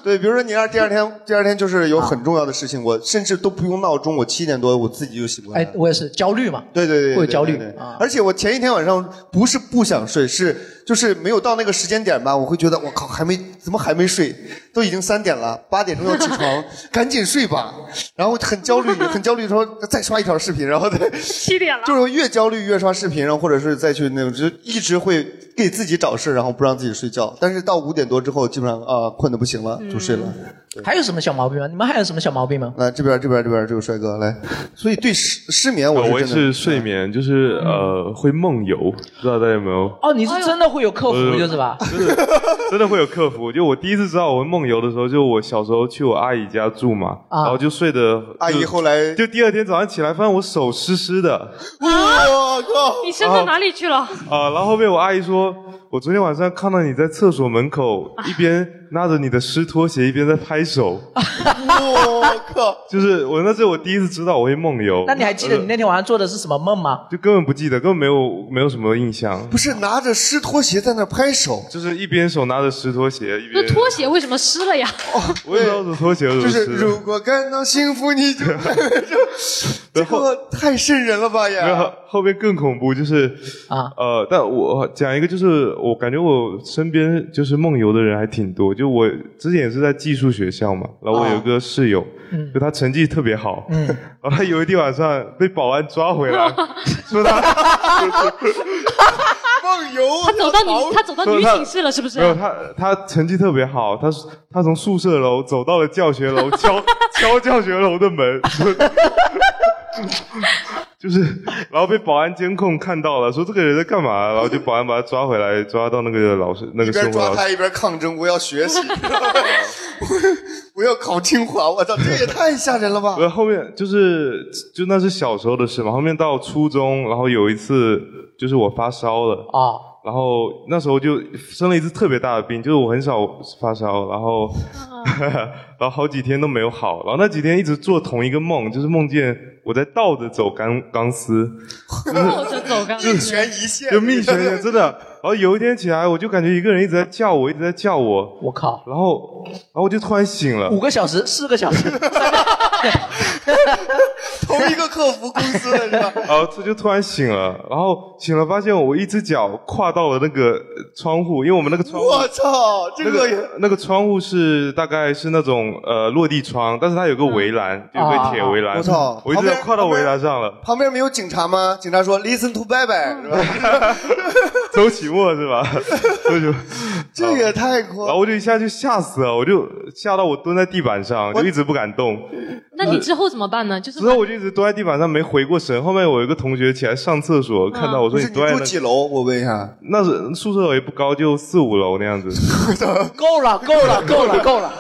对，比如说你让第二天，第二天就是有很重要的事情，我甚至都不用闹钟，我七点多我自己就醒过来了。
哎，我也是焦虑嘛。
对对对，对
会有焦虑啊
对对对而且我前一天晚上不是不想睡，是就是没有到那个时间点吧，我会觉得我靠，还没怎么还没睡，都已经三点了，八点钟要起 床，赶紧睡吧。然后很焦虑，很焦虑，说再刷一条视频，然后再
七点了，
就是越焦虑越刷视频，然后或者是再去那种，就一直会给自己找事，然后不让自己睡觉。但是到五点多之后，基本上啊、困得不行了，
嗯
就睡了。
还有什么小毛病吗？你们还有什么小毛病吗？
来这边，这边，这边，这位帅哥来。所以对失失眠，我
我也
是真的
是睡眠，就是呃会梦游，不知道大家有没有？
哎
哦，你是真的会有客
哎
服就是吧？
真的会有客服。就我第一次知道我会梦游的时候，就我小时候去我阿姨家住嘛，
啊
然后就睡的。
阿姨后
来就第二天早上起来，发现我手湿湿的
我靠！
你身到哪里去了？
啊。然后后面我阿姨说，我昨天晚上看到你在厕所门口一边拿着你的湿拖鞋，一边在拍手。
我靠！
就是我那是我第一次知道我会梦游。呃
那你还记得你那天晚上做的是什么梦吗？
就根本不记得，根本没有没有什么印象。
不是拿着湿拖鞋在那拍手，
就是一边手拿着湿拖鞋，一边
那拖鞋为什么湿了呀？
我也不知道是拖鞋
就
怎么
是
湿的。
如果感到幸福， 你就 这个太瘆人了吧也。
然后后面更恐怖，就是
啊
呃，但我讲一个，就是我感觉我身边就是梦游的人还挺多。就我之前也是在寄宿学校嘛，然后我有一个室友，
嗯
就他成绩特别好，
嗯，
然后他有一天晚上被保安抓回来，说他
梦游，
他走到你， 他走到
说
女
他
寝室了，是不是
没？有他，他成绩特别好，他他从宿舍楼走到了教学楼，呃 敲敲教学楼的门，就是，然后被保安监控看到了，说这个人在干嘛，然后就保安把他抓回来，抓到那个老师那
一
个
边
生物
抓
老
他
师，
一边抗争，我要 学习，我要考清华，我操，这也太吓人了吧！
然后后面就是就那是小时候的事嘛，后面到初中，然后有一次就是我发烧了
啊，
然后那时候就生了一次特别大的病，就是我很少发烧，然后 然后好几天都没有好，然后那几天一直做同一个梦，就是梦见我在倒着走钢钢丝，
倒着哦走钢
命悬一线，
就命悬崖，真的。然后有一天起来，我就感觉一个人一直在叫我，一直在叫我，
我靠！
然后然后我就突然醒 了，
五个小时，四个小时，
同一个客服公司的 是吧？
然后啊他就突然醒了，然后醒了发现我一只脚跨到了那个窗户，因为我们那个窗户
我操，这
那
个
个
也
那个窗户是大概是那种呃落地窗，但是它有个围栏，有个铁围栏。
我操
我一直
旁
在
边
跨到围栏上了，
旁边没有警察吗？警察说 listen to 拜拜， 是吧？
周启墨是吧？周启墨， 啊
这也太
然后
夸，
我就一下就吓死了，我就吓到我蹲在地板上，就一直不敢动。呃
那你之后怎么办呢？就是
之后我就一直蹲在地板上没回过神。后面我有一个同学起来上厕所，看到我
啊不
说
是你
蹲在
住
那
几楼？我问一下。
那是宿舍也不高，就四五楼那样子，
够了，够了，够了，够了！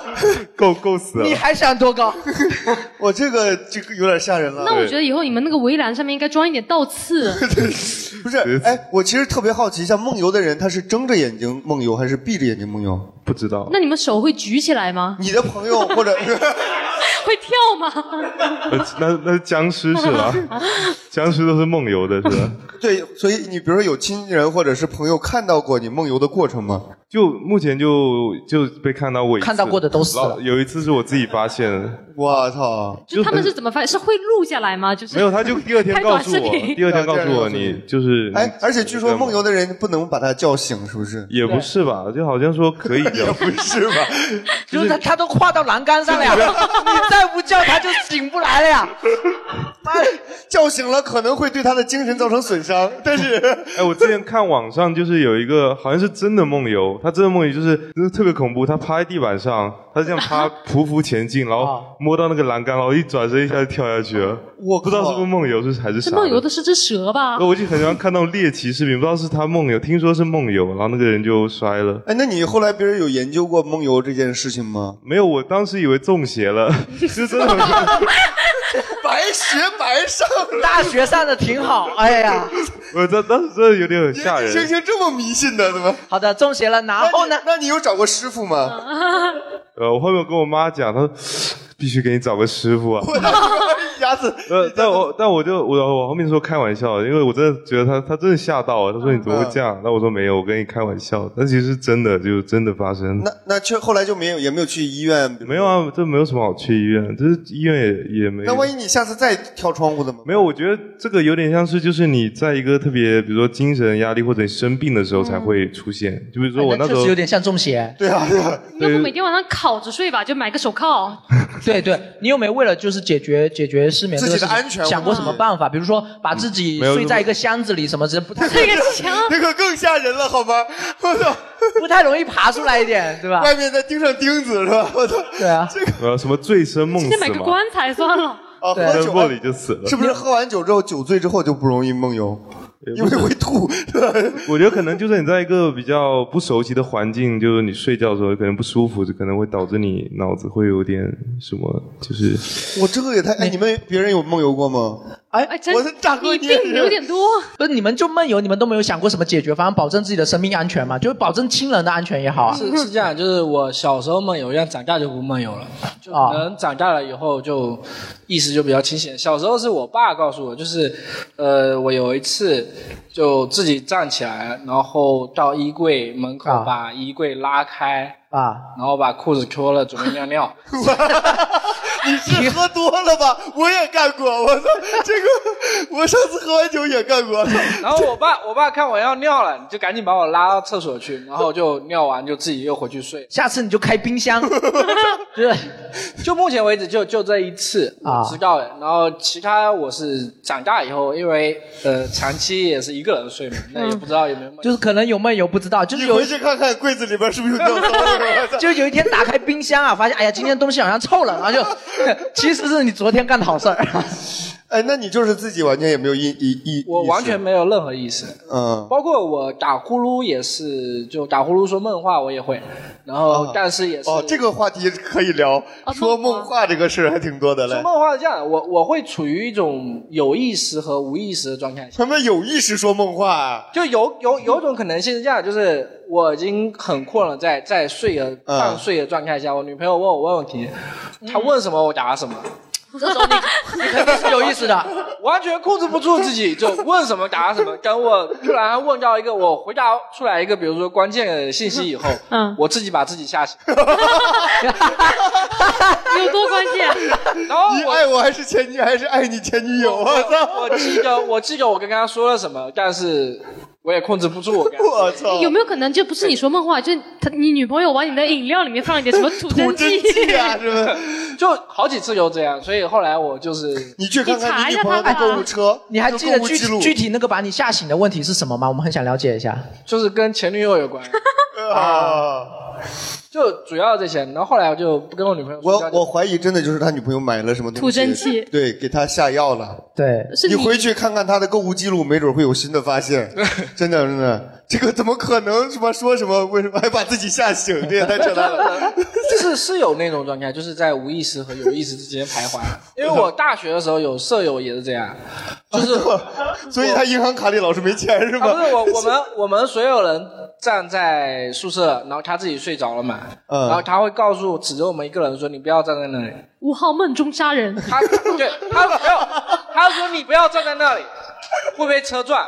够够死了
你。还想多高？
我这个这个有点吓人了。
那我觉得以后你们那个围栏上面应该装一点倒刺，
不是，哎，我其实特别好奇，像梦游的人，他是睁着眼睛梦游还是闭着眼睛梦游？
不知道，
那你们手会举起来吗？
你的 朋友或者
会跳吗？
呃 那那是僵尸是 吧？僵尸都是梦游的是吧？
对，所以你比如说有亲人或者是朋友看到过你梦游的过程吗？
就目前就就被看到过一次，
看到过的都死了
然后有一次是我自己发现的，
我操！
就他们是怎么发？是会录下来吗？就是
没有，他就第二天
拍
告
短
诉
视
我，
频
第二天告诉
啊
我
第二天告诉你
你就是，
哎，而且据说梦游的人不能把他叫醒，是不是？
也不是吧，就好像说可以 的，
不是 吧？
就是他，他都跨到栏杆上了 呀！你再不叫他就醒不来了呀！
叫醒了可能会对他的精神造成损伤，但是
哎，我之前看网上就是有一个好像是真的梦游，他真的梦游就是就是特别恐怖，他趴在地板上，他这样 趴匍匐前进，然后摸到那个栏杆，然后一转身一下就跳下去了，
哦我
不知道是不是梦游是还是
是
啥
梦游的是只蛇吧？
哦我就很喜欢看那种猎奇视频，不知道是他梦游，听说是梦游，然后那个人就摔了。
哎，那你后来别人有研究过梦游这件事情吗？
没有，我当时以为中邪了， 就真的很，
白学白上了，
大学上的挺好，哎呀，
我当当时真的有点很 吓
星
人。
星这么迷信的，怎么？
好的，中邪了，然后呢？
那你有找过师傅
嗯
吗？
呃，我后面跟我妈讲，她说必须给你找个师傅 啊。
鸭子，
呃，但我但我就我我后面说开玩笑，因为我真的觉得她她真的吓到了，她说你怎么会这
嗯
样？那我说没有，我跟你开玩笑，但其实是真的，就真的发生。
那那却后来就没有，也没有去医院。
没有啊，这没有什么好去医院，这是医院也也没有。
那万一你下次再跳窗户怎么办？
没有，我觉得这个有点像是，就是你在一个特别，比如说精神压力或者生病的时候才会出现。就比如说我那时
嗯哎确
候
实有点像中邪。
对啊，对啊，
要不每天晚上烤着睡吧，就买个手铐。
对对，你有没有为了就是解决解决失眠这个
自己的
事情
安全问题
想过什么办法？比如说把自己
没有
睡在一个箱子里什么之类，不太
这个墙
那个更吓人了，好吗？我操，
不太容易爬出来一点，对吧？
外面再钉上钉子是吧？我操，
对啊，
呃什么醉生梦
今
死
天买个
嘛，
棺材算了。
啊，
对
喝酒
过里就死了
是不是喝完酒之后酒醉之后就不容易梦游？因为会吐。
我觉得可能就是你在一个比较不熟悉的环境，就是你睡觉的时候可能不舒服，就可能会导致你脑子会有点什么，就是
我这个也太……哎，你们别人有梦游过吗？
哎，
我的大哥，也是
多。
不是你们就闷油，你们都没有想过什么解决方案，保证自己的生命安全嘛？就是保证亲人的安全也好啊。
是是这样，就是我小时候梦游，但长大就不梦游了。就
啊
可能长大了以后就意识就比较清醒。小时候是我爸告诉我，就是呃，我有一次就自己站起来，然后到衣柜门口
啊
把衣柜拉开，
啊，
然后把裤子脱了，准备尿尿。
你是喝多了吧？我也干过，我操，这个我上次喝完酒也干过。
然后我爸，我爸看我要尿了，就赶紧把我拉到厕所去，然后就尿完就自己又回去睡。
下次你就开冰箱，
就目前为止就就这一次
啊
我知道的。然后其他我是长大以后，因为呃长期也是一个人睡嘛，那也不知道有没有梦。
就是可能有闷油不知道，就是有
你回去
看看柜子里边是不是有尿
骚
就是有一天打开冰箱啊，发现哎呀，今天东西好像臭了，然后就其实是你昨天干的好事儿。
哎，那你就是自己完全也没有意意意，
我完全没有任何意识。
嗯，
包括我打呼噜也是，就打呼噜说梦话我也会，然后但是也是哦
哦，这个话题可以聊，说梦话这个事还挺多的嘞
说。梦话是这样，我我会处于一种有意识和无意识的状态下。
他们有意识说梦话、啊
就有有有种可能性是这样，就是我已经很困了，在在睡的
嗯
半睡的状态下，我女朋友问我问题，她问什么我答什么，
这种你你肯定是有意识的，
完全控制不住自己，就问什么答什么。等我突然问到一个我回答出来一个，比如说关键的信息以后，
嗯
我自己把自己吓醒。
有多关键？啊
然 后
你爱我还是前女还是爱你前女友？我操！
我记得我记得我跟她说了什么，但是我也控制不住我跟 她。
我操
有没有可能就不是你说梦话，就是他你女朋友往你的饮料里面放一点什么吐 真剂？
啊
啊是不是？
就好几次有这样，所以后来我就是
你去
看看你你查一下女朋友的他吧购物
车
哎你还记得具
记录
具体那个把你吓醒的问题是什么吗？我们很想了解一下。
就是跟前女友有关
啊，
就主要这些。然后后来我就不跟我女朋友
我我怀疑真的就是他女朋友买了什么东西
吐真剂
对，给他下药了。
对
是
你
你
回去看看他的购物记录，没准会有新的发 现。真的，真的，这个怎么可能？什么说什么？为什么还把自己吓醒？这也 太扯淡了。
就是是有那种状态，就是在无意识和有意识之间徘徊。因为我大学的时候有舍友也是这样，就是
所以他银行卡里老是没钱是吧？
啊、不是我，我们我们所有人站在宿舍，然后他自己睡着了嘛，
嗯
然后他会告诉指着我们一个人说：“你不要站在那里。
五号梦中杀人，
他”对，他没有，他说：“你不要站在那里，会被车 撞。”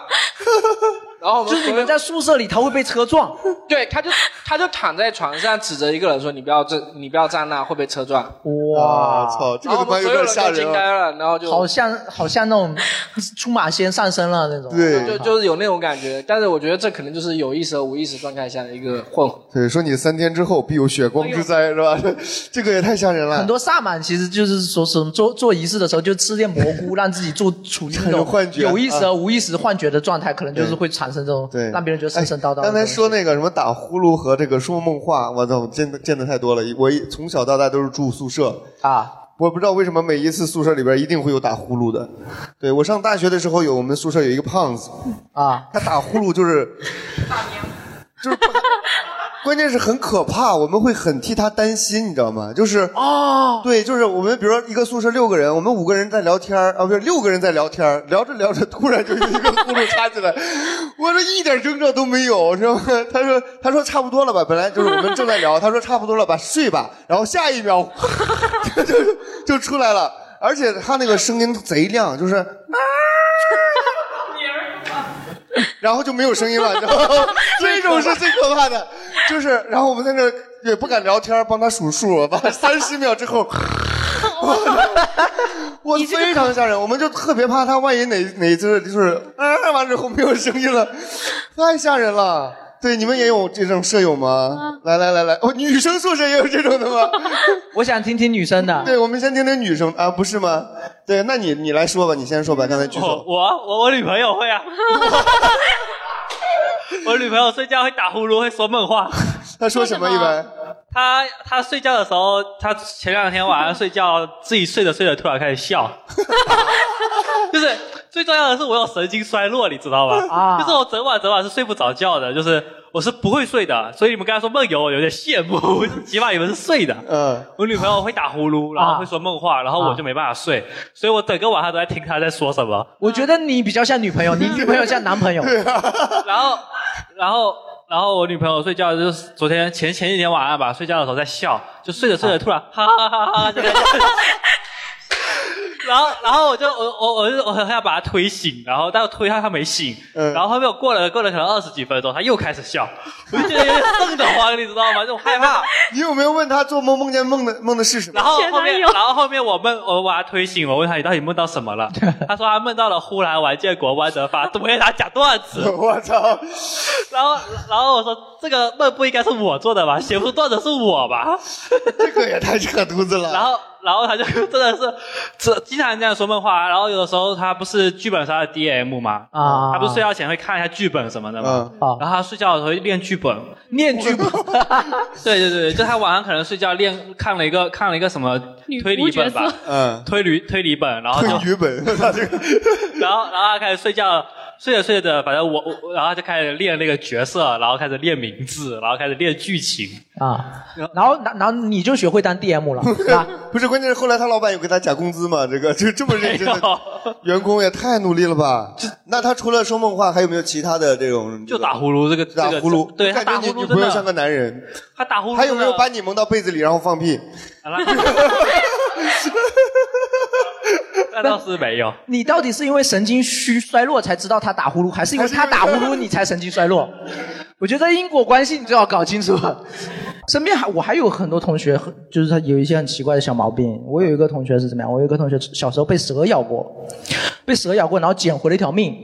然后我们
就是你
所有
们在宿舍里，他会被车撞。
对，他就他就躺在床上指着一个人说：“你不要站，你不要站那，会被车撞。”
哇，
操，
然后我们所有人都惊呆了，然后就
啊好像好像那种出马仙上身了那种。
对
就就是有那种感觉，但是我觉得这可能就是有意识和无意识状态下的一个混合。
对，说你三天之后必有血光之
哎
灾，是吧？ 这
哦
个也太吓人了。
很多萨满其实就是说什么做做仪式的时候就吃点蘑菇，让自己做处于那
产生
种
幻觉
有意识
啊哎
而无意识幻觉的状态，可能就是
对
会产生这种
对
让别人觉得神神叨叨的东西。
刚才说那个什么打呼噜和这个说梦话，我操，见的见的太多了。我一从小到大都是住宿舍
啊，
我不知道为什么每一次宿舍里边一定会有打呼噜的。对我上大学的时候有我们宿舍有一个胖子
啊，
他打呼噜就是就是不关键是很可怕，我们会很替他担心，你知道吗？就是
哦，
对，就是我们比如说一个宿舍六个人，我们五个人在聊天儿啊，不是六个人在聊天儿聊着聊着突然就有一个呼噜插起来，我说一点征兆都没有，知道吗？他说他说差不多了吧，本来就是我们正在聊，他说差不多了吧，睡吧，然后下一秒 就就就出来了，而且他那个声音贼亮，就是。然后就没有声音了，你知道 吗？这种是最可怕的，就是然后我们在那儿也不敢聊天儿，帮他数数，完三十秒之 后，我非常吓人，我们就特别怕他，万一哪哪次就是啊完之后没有声音了，太吓人了。对，你们也有这种舍友吗？来来来来，哦，女生宿舍也有这种的吗？
我想听听女生的。
对，我们先听听女生啊，不是吗？对，那你你来说吧，你先说吧，刚才举手。
我
哦
我我我女朋友会 啊，我女朋友睡觉会打呼噜，会说梦话。
她说什么一般？
他他睡觉的时候，他前两天晚上睡觉，自己 睡着睡着突然开始笑， 就是最重要的是我有神经衰弱，你知道吧？
啊
就是我整晚整晚是睡不着觉的，就是我是不会睡的，所以你们刚才说梦游，我有点羡慕， 起码你们是睡的。
嗯，
我女朋友会打呼噜，然后会说梦话，然后我就没办法睡，所以我整个晚上都在听她在说什么。
我觉得你比较像女朋
哎
友，你女朋友像男朋友。
啊
然后，然后，然后我女朋友睡觉就是昨天前前几天晚上吧，睡觉的时候在笑，就睡着睡着突然哈哈哈哈就在笑。然后，然后我就我我我就我很想把她推醒，然后但我推她她没醒，
嗯
然后后面我过了过了可能二十几分钟，她又开始笑，我 就觉得有点瘆得慌，你知道吗？就害怕。
你有没有问他做梦梦见梦的梦的是什么？
然后后面，然 后后面我梦我把她推醒，我问她你到底梦到什么了？她说她梦到了呼兰玩建国弯折发，我给她讲段子。
我操！
然后，然后我说这个梦不应该是我做的吧？写不出段子是我吧？
这个也太扯犊子了。
然后，然后他就 真的是，这经常这样说梦话。然后有的时候他不是剧本杀的 DM 吗？
啊
他不是睡觉前会看一下剧本什么的吗？
啊
然后他睡觉的时候会练剧本，念剧 本。对对对对，就他晚上可能睡觉练看了一个看了一个什么推理本
女仆角
吧
色，
嗯，
推理推理本，然后就
推语本，他这个
然后然后他开始睡觉，睡着睡着，反正我我然后他就开始练那个角色，然后开始练名字，然后开始练剧情。
啊，然后然后你就学会当 DM 了，是吧？
不是，关键是后来他老板有给他加工资嘛？这个 就这么认真
没
的
有
员工也太努力了吧？那他除了说梦话，还有没有其他的这种？
就打呼噜这个
打
这个
呼噜，
对
感觉
他打
你
呼噜
女
真
朋友
的
像个男人。
他打呼噜
还有没有
真的
把你蒙到被子里然后放屁？
那倒是没 有，
你到底是因为神经虚衰弱才知道他打呼噜，还是因为他打呼噜你才神经衰弱？ 我觉得因果关系你最好搞清楚。 身边还我还有很多同学，很就是他有一些很奇怪的小毛病。我有一个同学是怎么样？我有一个同学小时候被蛇咬过，被蛇咬过，然后捡回了一条命。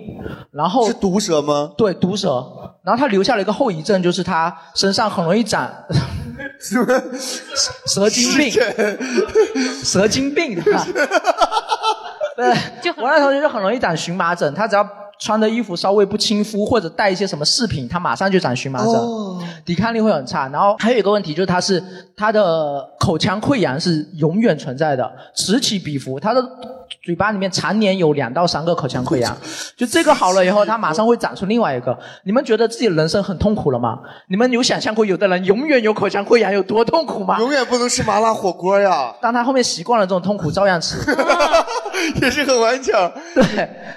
然后是
毒蛇吗？
对，毒蛇。然后他留下了一个后遗症，就是他身上很容易 长 蛇精病，蛇精病的。对，我那同学就很容易长荨麻疹，他只要穿的衣服稍微不亲肤或者带一些什么饰品，他马上就长荨麻疹，
哦
抵抗力会很差。然后还有一个问题就是，他是他的口腔溃疡是永远存在的，此起彼伏，他的。嘴巴里面常年有两到三个口腔溃疡， 就这个好了以后，他马上会长出另外一个。你们觉得自己人生很痛苦了吗？ 你们有想象过有的人永远有口腔溃疡有多痛苦吗？
永远不能吃麻辣火锅呀！
当他后面习惯了这种痛苦，照样吃。
也是很顽强。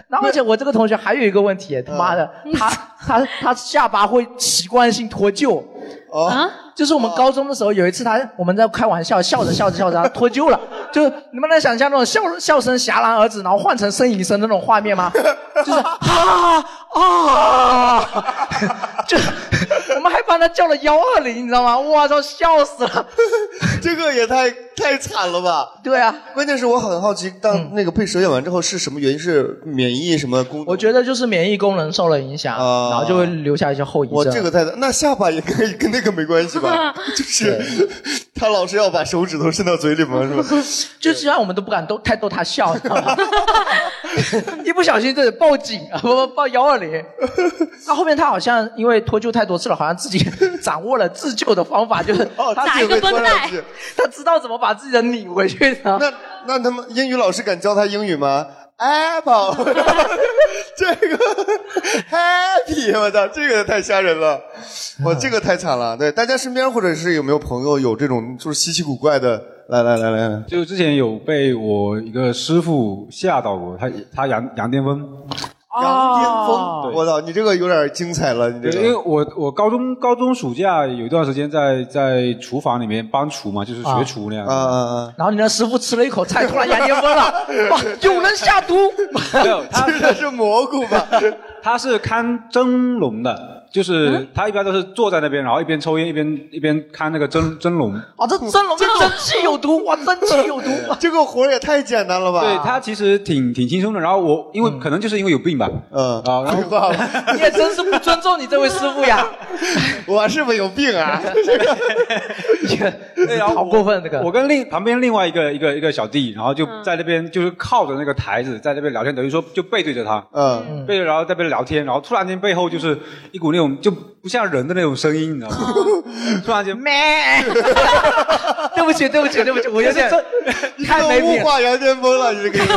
然后而且我这个同学还有一个问题，他妈的，
嗯
他他他下巴会习惯性脱臼。
啊，
就是我们高中的时候有一次他，我们在开玩笑，笑着笑着笑着，他脱臼了。就是你们能想象那种笑笑声戛然而止，然后换成呻吟声那种画面吗？就是啊啊，就我们还帮他叫了幺二零，你知道吗？我操，笑死了。
这个也太太惨了吧？
对啊，嗯
关键是我很好奇，当那个被蛇咬完之后是什么原因？是免疫什么功能？
我觉得就是免疫功能受了影响，
啊
然后就会留下一些后遗症。
我这个太那下巴也可以跟那个没关系 吧？就是 他老是要把手指头伸到嘴里嘛，是 吧？
就是让我们都不敢逗太逗他笑，你知道 吗？ 一不小心就得报警啊，不不报幺二零。那后面他好像因为脱臼太多次了，好像自己 掌握了自救的方法，就是
哦，
他
自己会钻上去。
他知道怎么把自己的拧回去的。
那那他们英语老师敢教他英语吗？Apple，这个 Happy，我 操，这个太吓人了，哇，这个太惨了。对，大家身边或者是有没有朋友有这种就是稀奇古怪的？来来来来来，
就之前有被我一个师傅吓到过，他他羊羊癫疯，
哦
羊癫疯，我操，你这个有点精彩了，你这
对，因为
个
我我高中高中暑假有一段时间在在厨房里面帮厨嘛，就是学厨那样
啊
子。
啊啊！
然后你那师傅吃了一口菜，突然羊癫疯 了，哇，有人下毒，
没有，他
这个是蘑菇吧？
他是看蒸笼的，
嗯
就是他一般都是坐在那边，然后一边抽烟一边一边看那个蒸蒸笼。
哇，哦这蒸笼这蒸汽 有毒，哇，蒸汽有毒，哇
嗯这个活儿也太简单了吧？
对他其实挺挺轻松的，然后我因为可能就是因为有病吧，
嗯
啊， 然后
哇，
你也真是不尊重你这位师 傅呀，
我是不是有病 啊？
对好过分这个。
哎
嗯
我跟另旁边另外一个一个一个小弟，然后就在那边就是靠着那个台子在那边聊天，等于说就背对着他，
嗯，
背着然后在那边聊天，然后突然间背后就是一股那种就不像人的那种声音，你知道吗？突然间，
对不起，对不起，对不起，我有点
你
太没
这
品
物化杨先锋了，你这个人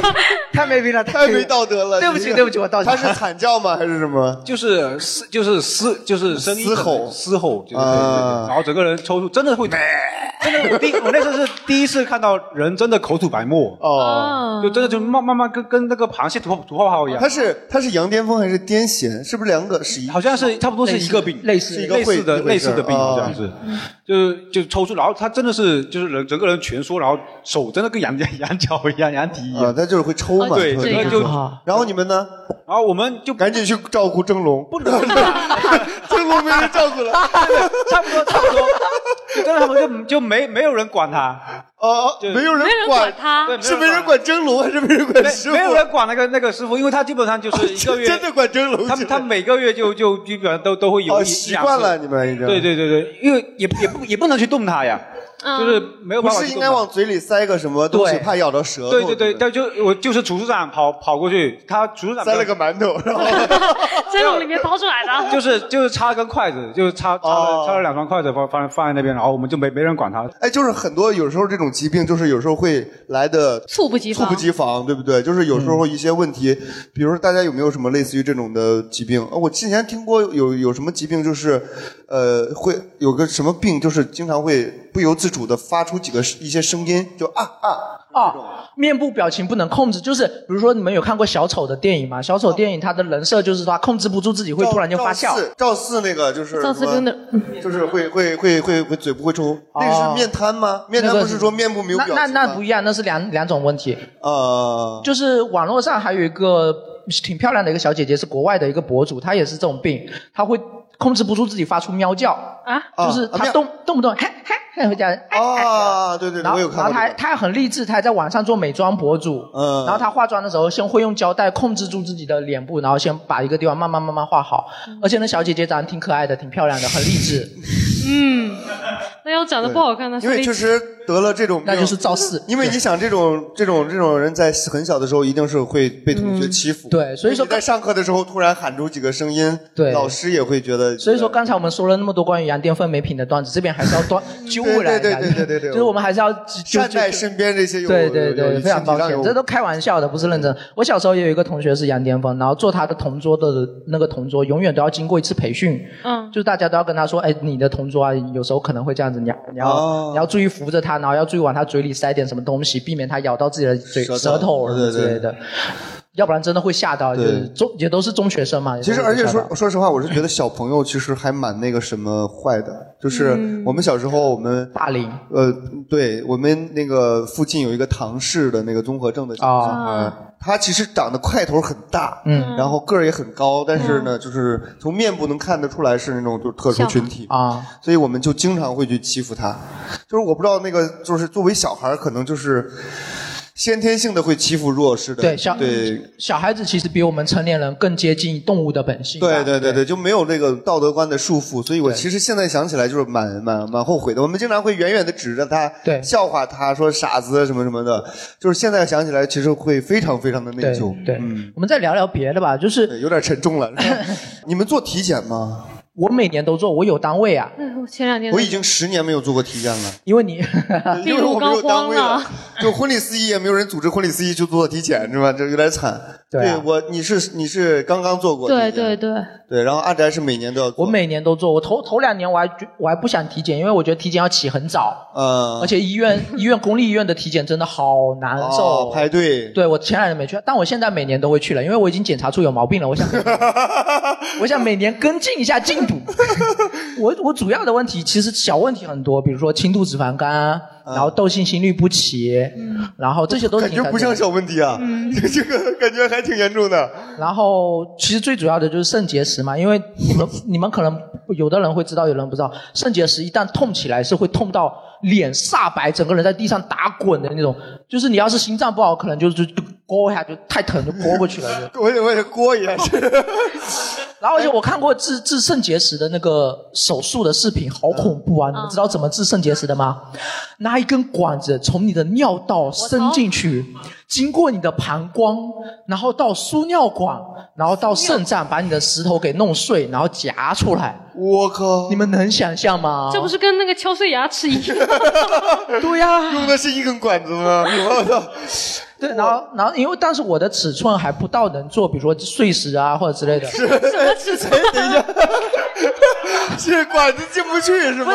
太没品了，
太没道德了。
对不
你
起，
这个
对不起，我道歉。
他是惨叫吗？还是 什么？
就是嘶，就是嘶，就是声音
嘶吼
嘶吼，就是对对
啊
对，然后整个人抽搐，真的会，真的，我第我那时候是第一次看到人真的口吐白沫，
哦
就真的就慢慢慢跟跟那个螃蟹吐吐泡泡一样，
他是他是羊癫疯还是癫痫？是不是两个是一？
好像是差不多是一个病，
类
似
类似的类似的病，好像。
一个哦
是
会一个会，
就是就抽搐，然后他真的是就是人整个人蜷缩，然后手真的跟羊羊角一样，羊蹄一
啊，
样，
他就是会抽嘛，
对，
会
整个
抽
就啊
然后你们呢？
然后我们就
赶紧去照顾蒸笼，不
能，
蒸笼没人照顾了，
差不多差不多，就真的他们就就没没有人管他，
哦，
对
没有人管
对没有人管
是没人管蒸笼还是没人管师
没
傅？
没有人管那个那个师傅，因为他基本上就是一个月
真的管蒸笼
他他每个月就就基本上都都会有
哦
一
习
一两次
惯了你们已经
对对对对，因为也也不也不能去动它呀，
嗯
就是没有
不
办法去动它。
是应该往嘴里塞个什么东西，
对
怕咬到舌头？
对对对，但就我就是厨师长跑跑过去，他厨师长
塞了个馒头，然后
蒸笼里面掏出来 的，
就是就是插根筷子，就是插插
哦
了、插了两双筷子放放放在那边，然后我们就没没人管他。
哎，就是很多有时候这种疾病，就是有时候会来的
猝不及
猝
防
不及防，对不对？就是有时
嗯
候一些问题，比如说大家有没有什么类似于这种的疾病？呃我之前听过有有什么疾病，就是呃，会有个什么病，就是经常会不由自主的发出几个一些声音，就啊啊，
啊，面部表情不能控制，就是比如说你们有看过小丑的电影吗？小丑电影他的人设就是他控制不住自己会突然间发笑
哦赵。四赵四那个就是
赵四
什么
真的，
就是会会会会会嘴不会抽，
哦
那个是面瘫吗？面
那
瘫
个
不是说面部没有表情
那
吗？
那那不一样，那是两两种问题。
呃，
就是网络上还有一个挺漂亮的一个小姐姐，是国外的一个博主，她也是这种病，她会控制不住自己发出喵叫
啊
哦
就是
呃
她动动不动嘿嘿嘿会这样。啊，
对对
然后
我有看过
然后她还
这个
她还很励志，她还在网上做美妆博主。
嗯
然后她化妆的时候，先会用胶带控制住自己的脸部，然后先把一个地方慢慢慢慢画好。而且那小姐姐长得挺可爱的，挺漂亮的，很励志。
嗯，那要长得不好看的，
因为确实得了这种病，那就是
造势。
因为你想，这种这种这种人在很小的时候一定是会被同学欺负。
嗯对，所以说
在上课的时候突然喊出几个声音，
对
老师也会觉得。
所以说，刚才我们说了那么多关于羊癫疯没品的段子，这边还是要 端揪回来一下
对对对对对对
就是我们还是要就就
善待
就
身边这些有
对对
有有
对，非常抱
身体上
歉，
有
这都开玩笑的，不是认真。我小时候也有一个同学是羊癫疯，然后做他的同桌的那个同桌，永远都要经过一次培训，
嗯，
就是大家都要跟他说，哎，你的同桌啊，有时候可能会这样子，你要你要、
哦
你要注意扶着他，然后要注意往他嘴里塞点什么东西，避免他咬到自己的嘴
舌头
舌头啊
对对
之类的，要不然真的会吓到。
对
就是中也都是中学生嘛。
其实，
也都会
而且
吓到
说说实话，我是觉得小朋友其实还蛮那个什么坏的，就是
嗯
我们小时候我们
霸凌，
呃，对我们那个附近有一个唐氏的那个综合症的小
啊
女孩，她其实长得块头很大，
嗯
然后个儿也很高，但是呢，就是从面部能看得出来是那种就是特殊群体
啊，
所以我们就经常会去欺负她，就是我不知道那个就是作为小孩儿可能就是。先天性的会欺负弱势的，
对嗯小
对
小孩子其实比我们成年人更接近动物的本性吧。
对对对对，就没有那个道德观的束缚，所以我其实现在想起来就是蛮蛮蛮后悔的。我们经常会远远的指着他，
对，
笑话他说傻子什么什么的，就是现在想起来其实会非常非常的内
对
疚。
对，我们再聊聊别的吧，就是
嗯有点沉重 了。你们做体检吗？
我每年都做，我有单位啊，
嗯，我前两天
我已经十年没有做过体检了，
因为你
因为我没有单
病入膏肓
位
了，
就婚礼司仪也没有人组织婚礼司仪去做体检是吧？这有点惨。
对啊
我你是你是刚刚做过体
对
检
对对，
对，然后阿宅是每年都要做，
我每年都做，我头头两年我还觉我还不想体检，因为我觉得体检要起很早，
呃，
而且 医院医院公立医院的体检真的好难
哦
受，
排队，
对我前两年没去，但我现在每年都会去了，因为我已经检查出有毛病 了，我想我想每年跟进一下进度。我我主要的问题其实小问题很多，比如说轻度脂肪肝，啊然后窦性心律不齐，然后这些都
嗯感
挺
觉不像小问题啊，
嗯
这个感觉还挺严重的。
然后其实最主要的就是肾结石嘛，因为你们你们可能有的人会知道，有的人不知道，肾结石一旦痛起来是会痛到脸煞白，整个人在地上打滚的那种。就是你要是心脏不好，可能就是就勾一下就太疼，就勾过去了。就
我得我得过一下。哎
然后而且我看过治治肾结石的那个手术的视频，好恐怖啊！你
嗯
们知道怎么治肾结石的吗？拿一根管子从你的尿道伸进去，
哦
经过你的膀胱，然后到输尿管，然后到肾脏，把你的石头给弄碎，然后夹出来。
我靠！
你们能想象吗？
这不是跟那个敲碎牙齿一样？
对呀、
用的是一根管子 吗？我操！
对，然后然后因为但是我的尺寸还不到能做，比如说碎石啊或者之类的。
是是谁？等一下，是管子进不去是吗？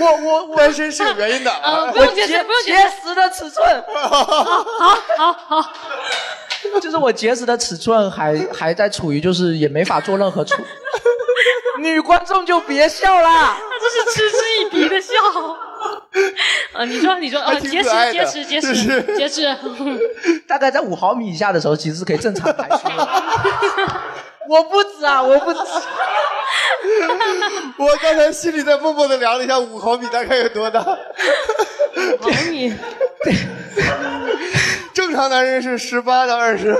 我我我
单身是有原因的。
啊不用解释，不 用解释，
石的 尺寸。
好好好，
就是我结石的尺寸还还在处于就是也没法做任何处。女观众就别笑 啦，
他这是嗤之以鼻的笑。啊，你说你说啊，
还挺
结石
可爱的
结石结
就是
石结石，
大概在五毫米以下的时候，其实是可以正常排出的。
我不止啊，我不止。
我刚才心里在默默的量了一下，五毫米大概有多大？
五毫米。
正常男人是十八到二十。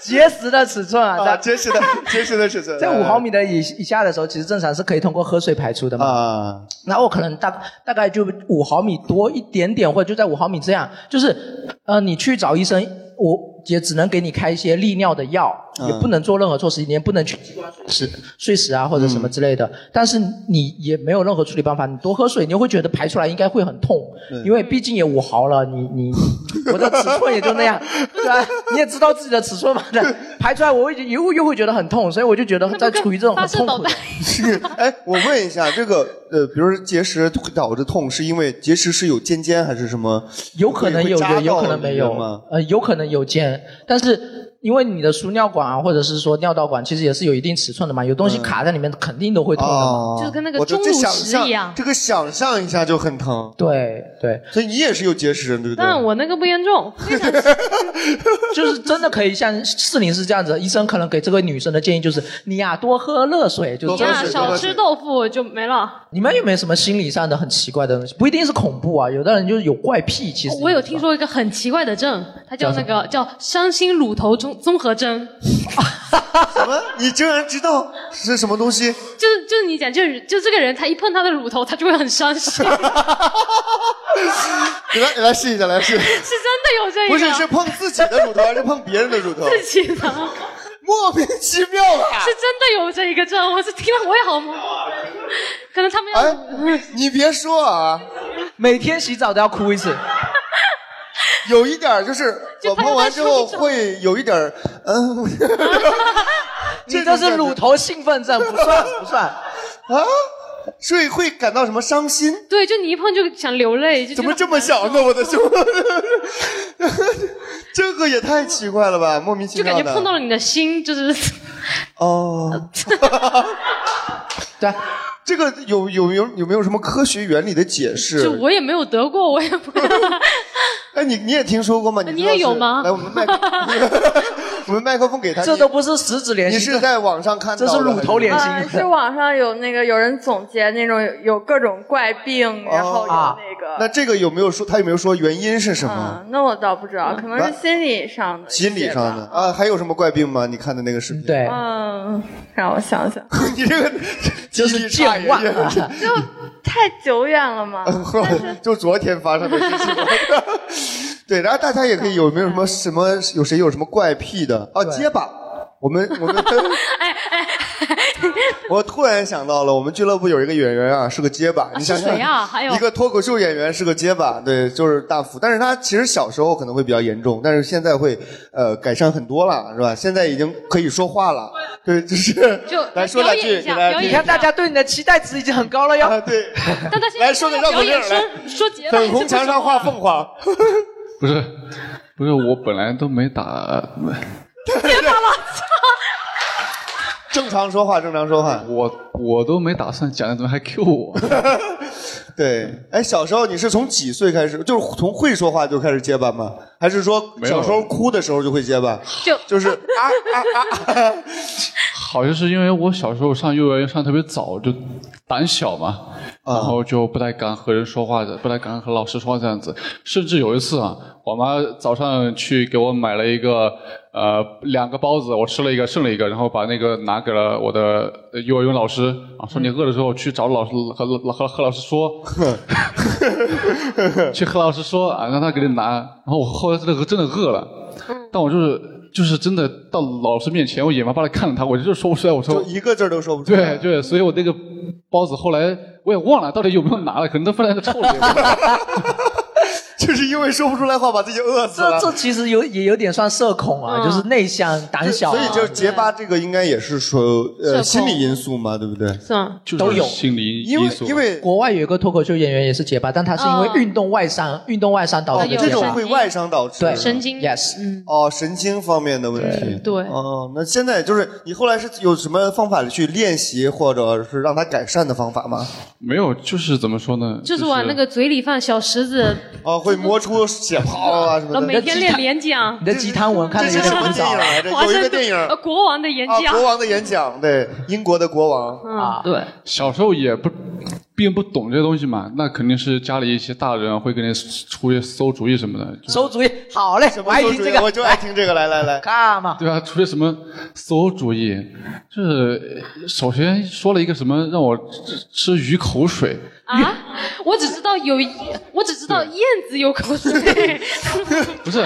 结石的尺寸啊，
在结石的结石的尺寸，
在五毫米的以以下的时候，其实正常是可以通过喝水排出的嘛。
啊，
然后我可能大大概就五毫米多一点点，或者就在五毫米这样。就是呃，你去找医生，我也只能给你开一些利尿的药，
嗯
也不能做任何措施，你也不能去是碎石啊或者什么之类的。但是你也没有任何处理办法，你多喝水，你会觉得排出来应该会很痛，因为毕竟也五毫了，你你 我的尺寸也就那样，对吧？你也知道自己的尺寸嘛，对排出来我已经又又会觉得很痛，所以我就觉得在处于这种很痛苦的。
哎，我问一下，这个呃，比如说结石会导致痛，是因为结石是有尖尖还是什么？
有可能有
会扎
有，有可
到
能没
人
有
吗？，
呃，有可能有尖，但是因为你的输尿管啊，或者是说尿道管，其实也是有一定尺寸的嘛，有东
嗯
西卡在里面，肯定都会痛的
哦
嘛。
就是跟那个
啊我就
钟
这
乳
想
石
象
一样。
这个想象一下就很疼。
对对，
所以你也是有结石，对不对？
但我那个不严重，非常
就是真的可以像四零是这样子，医生可能给这个女生的建议就是，你呀、多喝热水，就
你
真
呀，
是
少吃。豆腐就没了。
你们有没有什么心理上的很奇怪的东西？不一定是恐怖啊，有的人就是有怪癖，其实
我有听说一个很奇怪的症，它叫
叫
那个叫伤心乳头综综合征，
什么？你竟然知道是什么东西？
就是就是你讲，就是就这个人，他一碰他的乳头，他就会很伤 心，是真
你来，你来试一下，来试。
的有这一个，
不是，是碰自己的乳头还是碰别人的乳头？
自己的，
莫名其妙啊！
是真的有这一个症，我是听了我也好懵，可能他们要、
哎你别说啊，
每天洗澡都要哭一次。
有一点儿就是我碰完之后会有一点儿， 嗯，
你这是乳头兴奋症，不算不算
啊，所以会感到什么伤心？
对，就你一碰就想流泪，就
怎么这么想呢？我的 胸，这个也太奇怪了吧，莫名其
就感
妙
觉
的。
碰到了你的心，就是
哦，
对，
这个有有没有有没有什么科学原理的解
就
释？
我也没有得过，我也 不，
哎，你你也听说过吗？你
你
知道
也有
是
吗
来，我们 麦克，我们麦克风给他。
这都不是食指联
哦
系
你是在网上看到
这
的？
是乳头脸
呃，是网上有那个有人总结那种有有各种怪病， 然
哦
后有啊
啊
那个。
那这个有没有说他有没有说原因哦是什么？
那我倒不知道，可能
那
是心理上的。
心理上的啊，还有什么怪病吗？你看的那个视频？
对
嗯，让我想 想，
你这个就是
健忘啊
就太久远了 嘛。
嗯就昨天发生的事情。 对，然后大家也可以有没有什么什么有谁有什么怪癖的啊？结巴，我们 我们
哎
我突然想到了，我们俱乐部有一个演员啊，是个结巴，你想
是谁
想
啊？还有
一个脱口秀演员是个结巴，对，就是大福。但是他其实小时候可能会比较严重，但是现在会呃改善很多了，是吧？现在已经可以说话了，对，就是
就
来说两句，给大家
你
听。
看大家对你的期待值已经很高了哟。
对，
但他现在
来说个绕口
表
令
演
儿来
说说结巴，
粉红墙上画凤凰，
不是，不是，我本来都没打，
正常说话，正常说话。
我我都没打算讲，怎么还 Q 我？
对，哎，小时候你是从几岁开始，就是从会说话就开始结巴吗？还是说
有
小时候哭的时候就会结巴？
就
就是啊啊啊！
好像是因为我小时候上幼儿园上特别早，就胆小嘛，然后就不太敢和人说话，不太敢和老师说话这样子。甚至有一次啊，我妈早上去给我买了一个呃两个包子，我吃了一个剩了一个，然后把那个拿给了我的呃幼儿园老师，啊说你饿的时候去找老师和和和和老师说，去和老师说啊，让他给你拿。然后我后来真的真的饿了，但我就是就是真的到老师面前，我眼巴巴的看着他，我就是说不出来，我说
就一个字儿都说不 出
对
来。
对，所以我那个包子后来我也忘了到底有没有拿了，可能都放在那臭里。
就是因为说不出来话，把自己饿死了
这这其实有也有点算社恐啊，
嗯
就是内向、胆小、啊
所以就是结巴这个应该也是说
社
呃
恐
心理因素嘛，对不对？
是吗？
都有
理
因为因为
国外有一个脱口秀演员也是结巴，但他是因为运动外伤、运动外伤导
呃
致的
哦
哎结巴。
这种会外伤导致
对
神
经嗯
，yes，
哦，神经方面的问题。
对
哦，那现在就是你后来是有什么方法去练习，或者是让它改善的方法吗？
没有，就是怎么说呢？
就是往那个嘴里放小石子，
哦，会磨出血泡啊什么
然后
的。
呃每天练演讲。
你的鸡汤文看
这
的
是
有
什么
点枯
电
燥
影来着？
华
有一
盛
个
顿
电影
呃，国王的演
啊，
讲，
国王的演讲，对，英国的国王
啊
对，小时候也不并不懂这些东西嘛，那肯定是家里一些大人啊会给你出去馊主意什么的。
馊主意，好嘞，我爱听这个，
我就爱听这个，来来来，
看嘛，
对啊，出些什么馊主意，就是呃首先说了一个什么让我吃吃鱼口水，
啊！我只知道有一，我只知道燕子有口
哎
水。
不是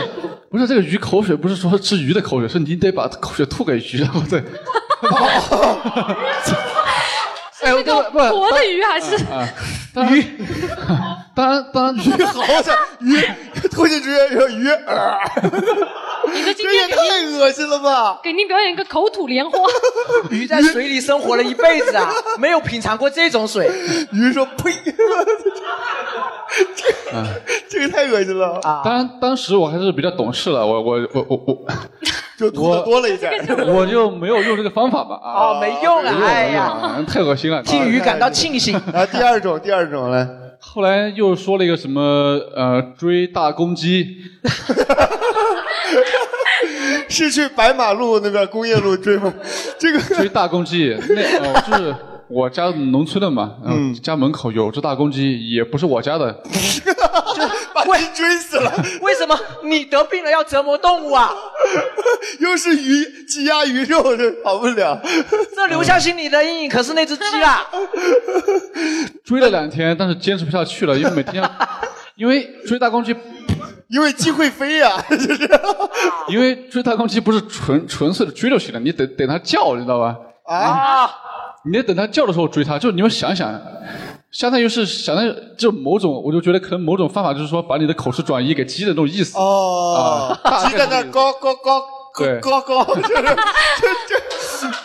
不是这个鱼口水不是说吃鱼的口水，是你得把口水吐给鱼，然后再
是那个活的鱼还是
啊， 鱼，当然当然
鱼好像鱼突进去说鱼，呃
你的今
这
天
也
给
太恶心了吧！
给您表演一个口吐莲花，
鱼在水里生活了一辈子啊，没有品尝过这种水。
鱼说呸，
啊。
这个太恶心了
啊！
当然，当时我还是比较懂事了，我我我我我，
就
我
多了一点，
我就没有用这个方法吧 啊，
哦，没用啊，哎呀，
啊太恶 心了，
替鱼 感到庆幸。
然后啊第二种，第二种来，
后来又说了一个什么呃追大公鸡，
是去白马路那边工业路追吗？这个
追大公鸡，那哦就是我家农村的 嘛，嗯，家门口有只大公鸡，也不是我家的，
把你追死了！
为什么你得病了要折磨动物啊？
又是鱼，鸡鸭鱼肉，这跑不了。
这留下心里的阴影可是那只鸡 啊！
追了两天，但是坚持不下去了，因为每天要，因为追大公鸡，
因为鸡会飞 呀、
因为追大公鸡不是纯纯粹的追就行了，你得等它叫，你知道吧？
啊！
你得等它叫的时候追它，就是你们想想，相当于是相当于就某种，我就觉得可能某种方法就是说把你的口是转移给鸡的那种意思。
哦
啊、大
鸡在那儿高高高
对
高高高，这是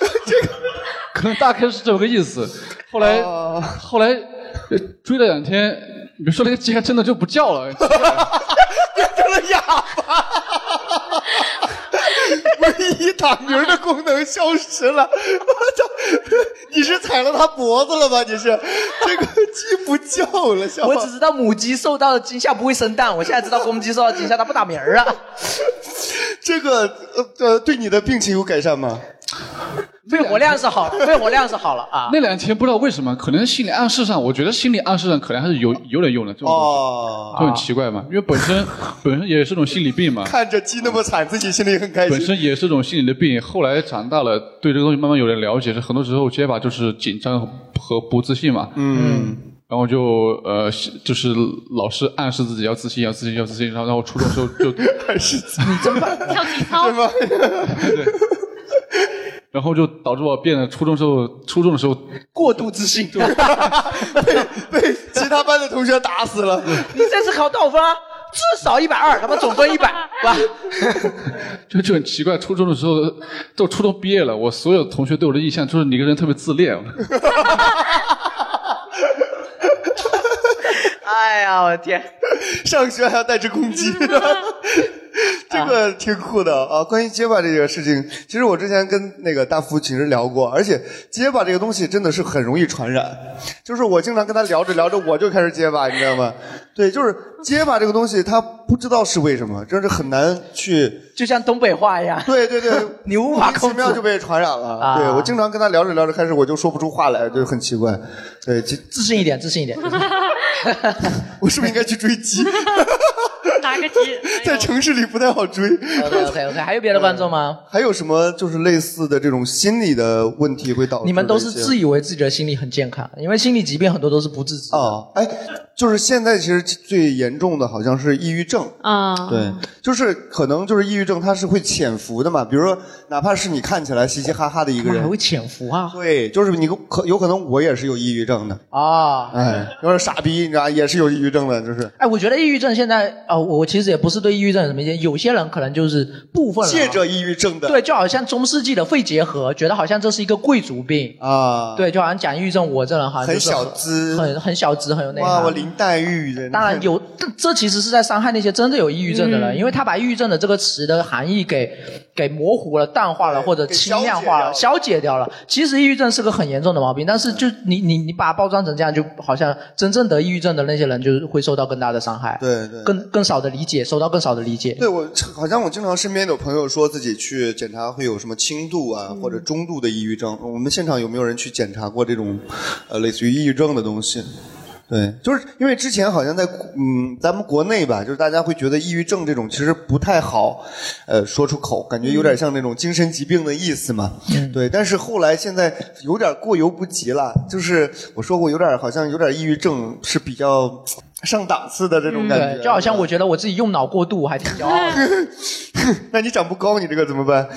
可能大概是这么个意思。后来、
哦
后来呃追了两天，你说那个鸡还真的就不叫了。
变成了哑巴，唯一打鸣儿的功能消失了。我操！ 你是踩了它脖子了吧？你是这个鸡不叫了，笑
我只知道母鸡受到惊吓不会生蛋，我现在知道公鸡受到惊吓它不打鸣儿 啊。
这个呃呃，对你的病情有改善吗？
肺活量是好， 肺活量是好了啊。
那两天不知道为什么，可能心理暗示上，我觉得心理暗示上可能还是有有点用的，这种东西、
哦
就很奇怪嘛，因为本 身本身也是种心理病嘛，
看着鸡那么惨，自己心里很开
本
心。
身也是种心理的病。后来长大了，对这个东西慢慢有点了解，是很多时候结巴就是紧张和不自信嘛。
嗯。
然后就呃，就是老是暗示自己要自信，要自信，要自信。然后，然后初中的时候就
暗 示自
己，
跳体操，
然后就导致我变得初中时候，初中的时候
过度自 信，
被被其他班的同学打死了。
你这次考多少分啊？至少一百二，他妈总分一百，哇！
就就很奇怪。初中的时候，到初中毕业了，我所有同学对我的印象就是你一个人特别自恋。
哎呀，我的天！
上学还要带只公鸡，这个挺酷的啊！关于结巴这个事情，其实我之前跟那个大福其实聊过，而且结巴这个东西真的是很容易传染。就是我经常跟他聊着聊着，我就开始结巴，你知道吗？对，就是结巴这个东西，他不知道是为什么，真是很难去。
就像东北话一样。
对 对对，
你无法
莫
控
名其妙
制
就被传染了。
啊
对我经常跟他聊着聊着，开始我就说不出话来，就很奇怪。对，
自信一点，自信一点。
我是不是应该去追 击？
打个鸡，
在城市里不太好追。
OK OK OK，还有别的观众吗？
还有什么就是类似的这种心理的问题会导致？
你们都是自以为自己的心理很健康，因为心理疾病很多都是不自知的。
哦，哎，就是现在其实最严重的好像是抑郁症
啊
对，就是可能就是抑郁症，它是会潜伏的嘛。比如说，哪怕是你看起来嘻嘻哈哈的一个人，
还会潜伏啊？
对，就是你可有可能我也是有抑郁症的。
啊，
哎，有点傻逼，你知道吧，也是有抑郁症的，就是
哎，我觉得抑郁症现在啊、我我其实也不是对抑郁症有什么意见，有些人可能就是部分人啊
借着抑郁症的。
对，就好像中世纪的肺结核，觉得好像这是一个贵族病
啊。
对，就好像讲抑郁症，我这人好像
很
就是
小资
很很小资，很有内涵。
哇，我林黛玉人。
当然有，这这其实是在伤害那些真的有抑郁症的人，
嗯
因为他把抑郁症的这个词的含义给给模糊了、淡化了或者轻量化了、消解掉了。其实抑郁症是个很严重的毛病，但是就你你你把它包装成这样，就好像真正得抑郁症的那些人就是会受到更大的伤害，
对对
更更少的理解，受到更少的理解。
对我好像我经常身边有朋友说自己去检查会有什么轻度啊、
嗯
或者中度的抑郁症，我们现场有没有人去检查过这种呃类似于抑郁症的东西？对，就是因为之前好像在嗯咱们国内吧，就是大家会觉得抑郁症这种其实不太好，呃说出口，感觉有
嗯
点像那种精神疾病的意思嘛。对，但是后来现在有点过犹不及了，就是我说过有点好像有点抑郁症是比较上档次的这种感觉，
嗯对，就好像我觉得我自己用脑过度，我还挺骄傲的。
那你长不高，你这个怎么 办？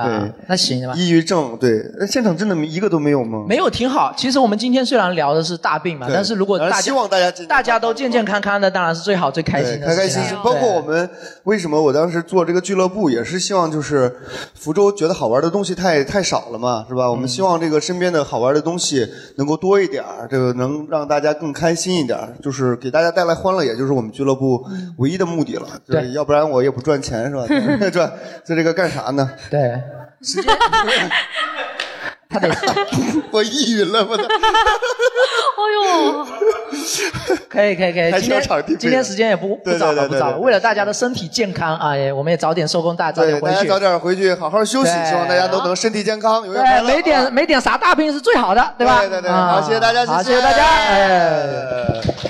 对，
啊那行吧。
抑郁症，对，呃现场真的一个都没有吗？
没有，挺好。其实我们今天虽然聊的是大病嘛，
对
但是如果大
当
家
然希望大家
大家都健健康康的，当然是最好最开心
对，
的
开
事情啊，
开心心。包括我们为什么我当时做这个俱乐部，也是希望就是福州觉得好玩的东西太太少了嘛，是
嗯
吧？我们希望这个身边的好玩的东西能够多一点儿，这个能让大家更开心一点儿，就是给大家带来欢乐，也就是我们俱乐部唯一的目的了。
嗯对
就是要不然我也不赚钱，是 吧？赚在这个干啥呢？
对，
时
间。
他得， 我抑郁了，我的。
哎
可以可以可以，
还
今
需要场地
天
费
今天时间也不不
对
早了
对对
不早
对
了，
对
为了大家的身体健康啊，也我们也早点收工，大家早点
对，
回
大家
去。
早点回去，好好休息，
对
希望大家都能身体健康，永远快
对，
乐。
没点没点啥大病是最好的，对吧？
对对对，
啊
好，谢谢大家，
好，谢谢大家，哎。
呃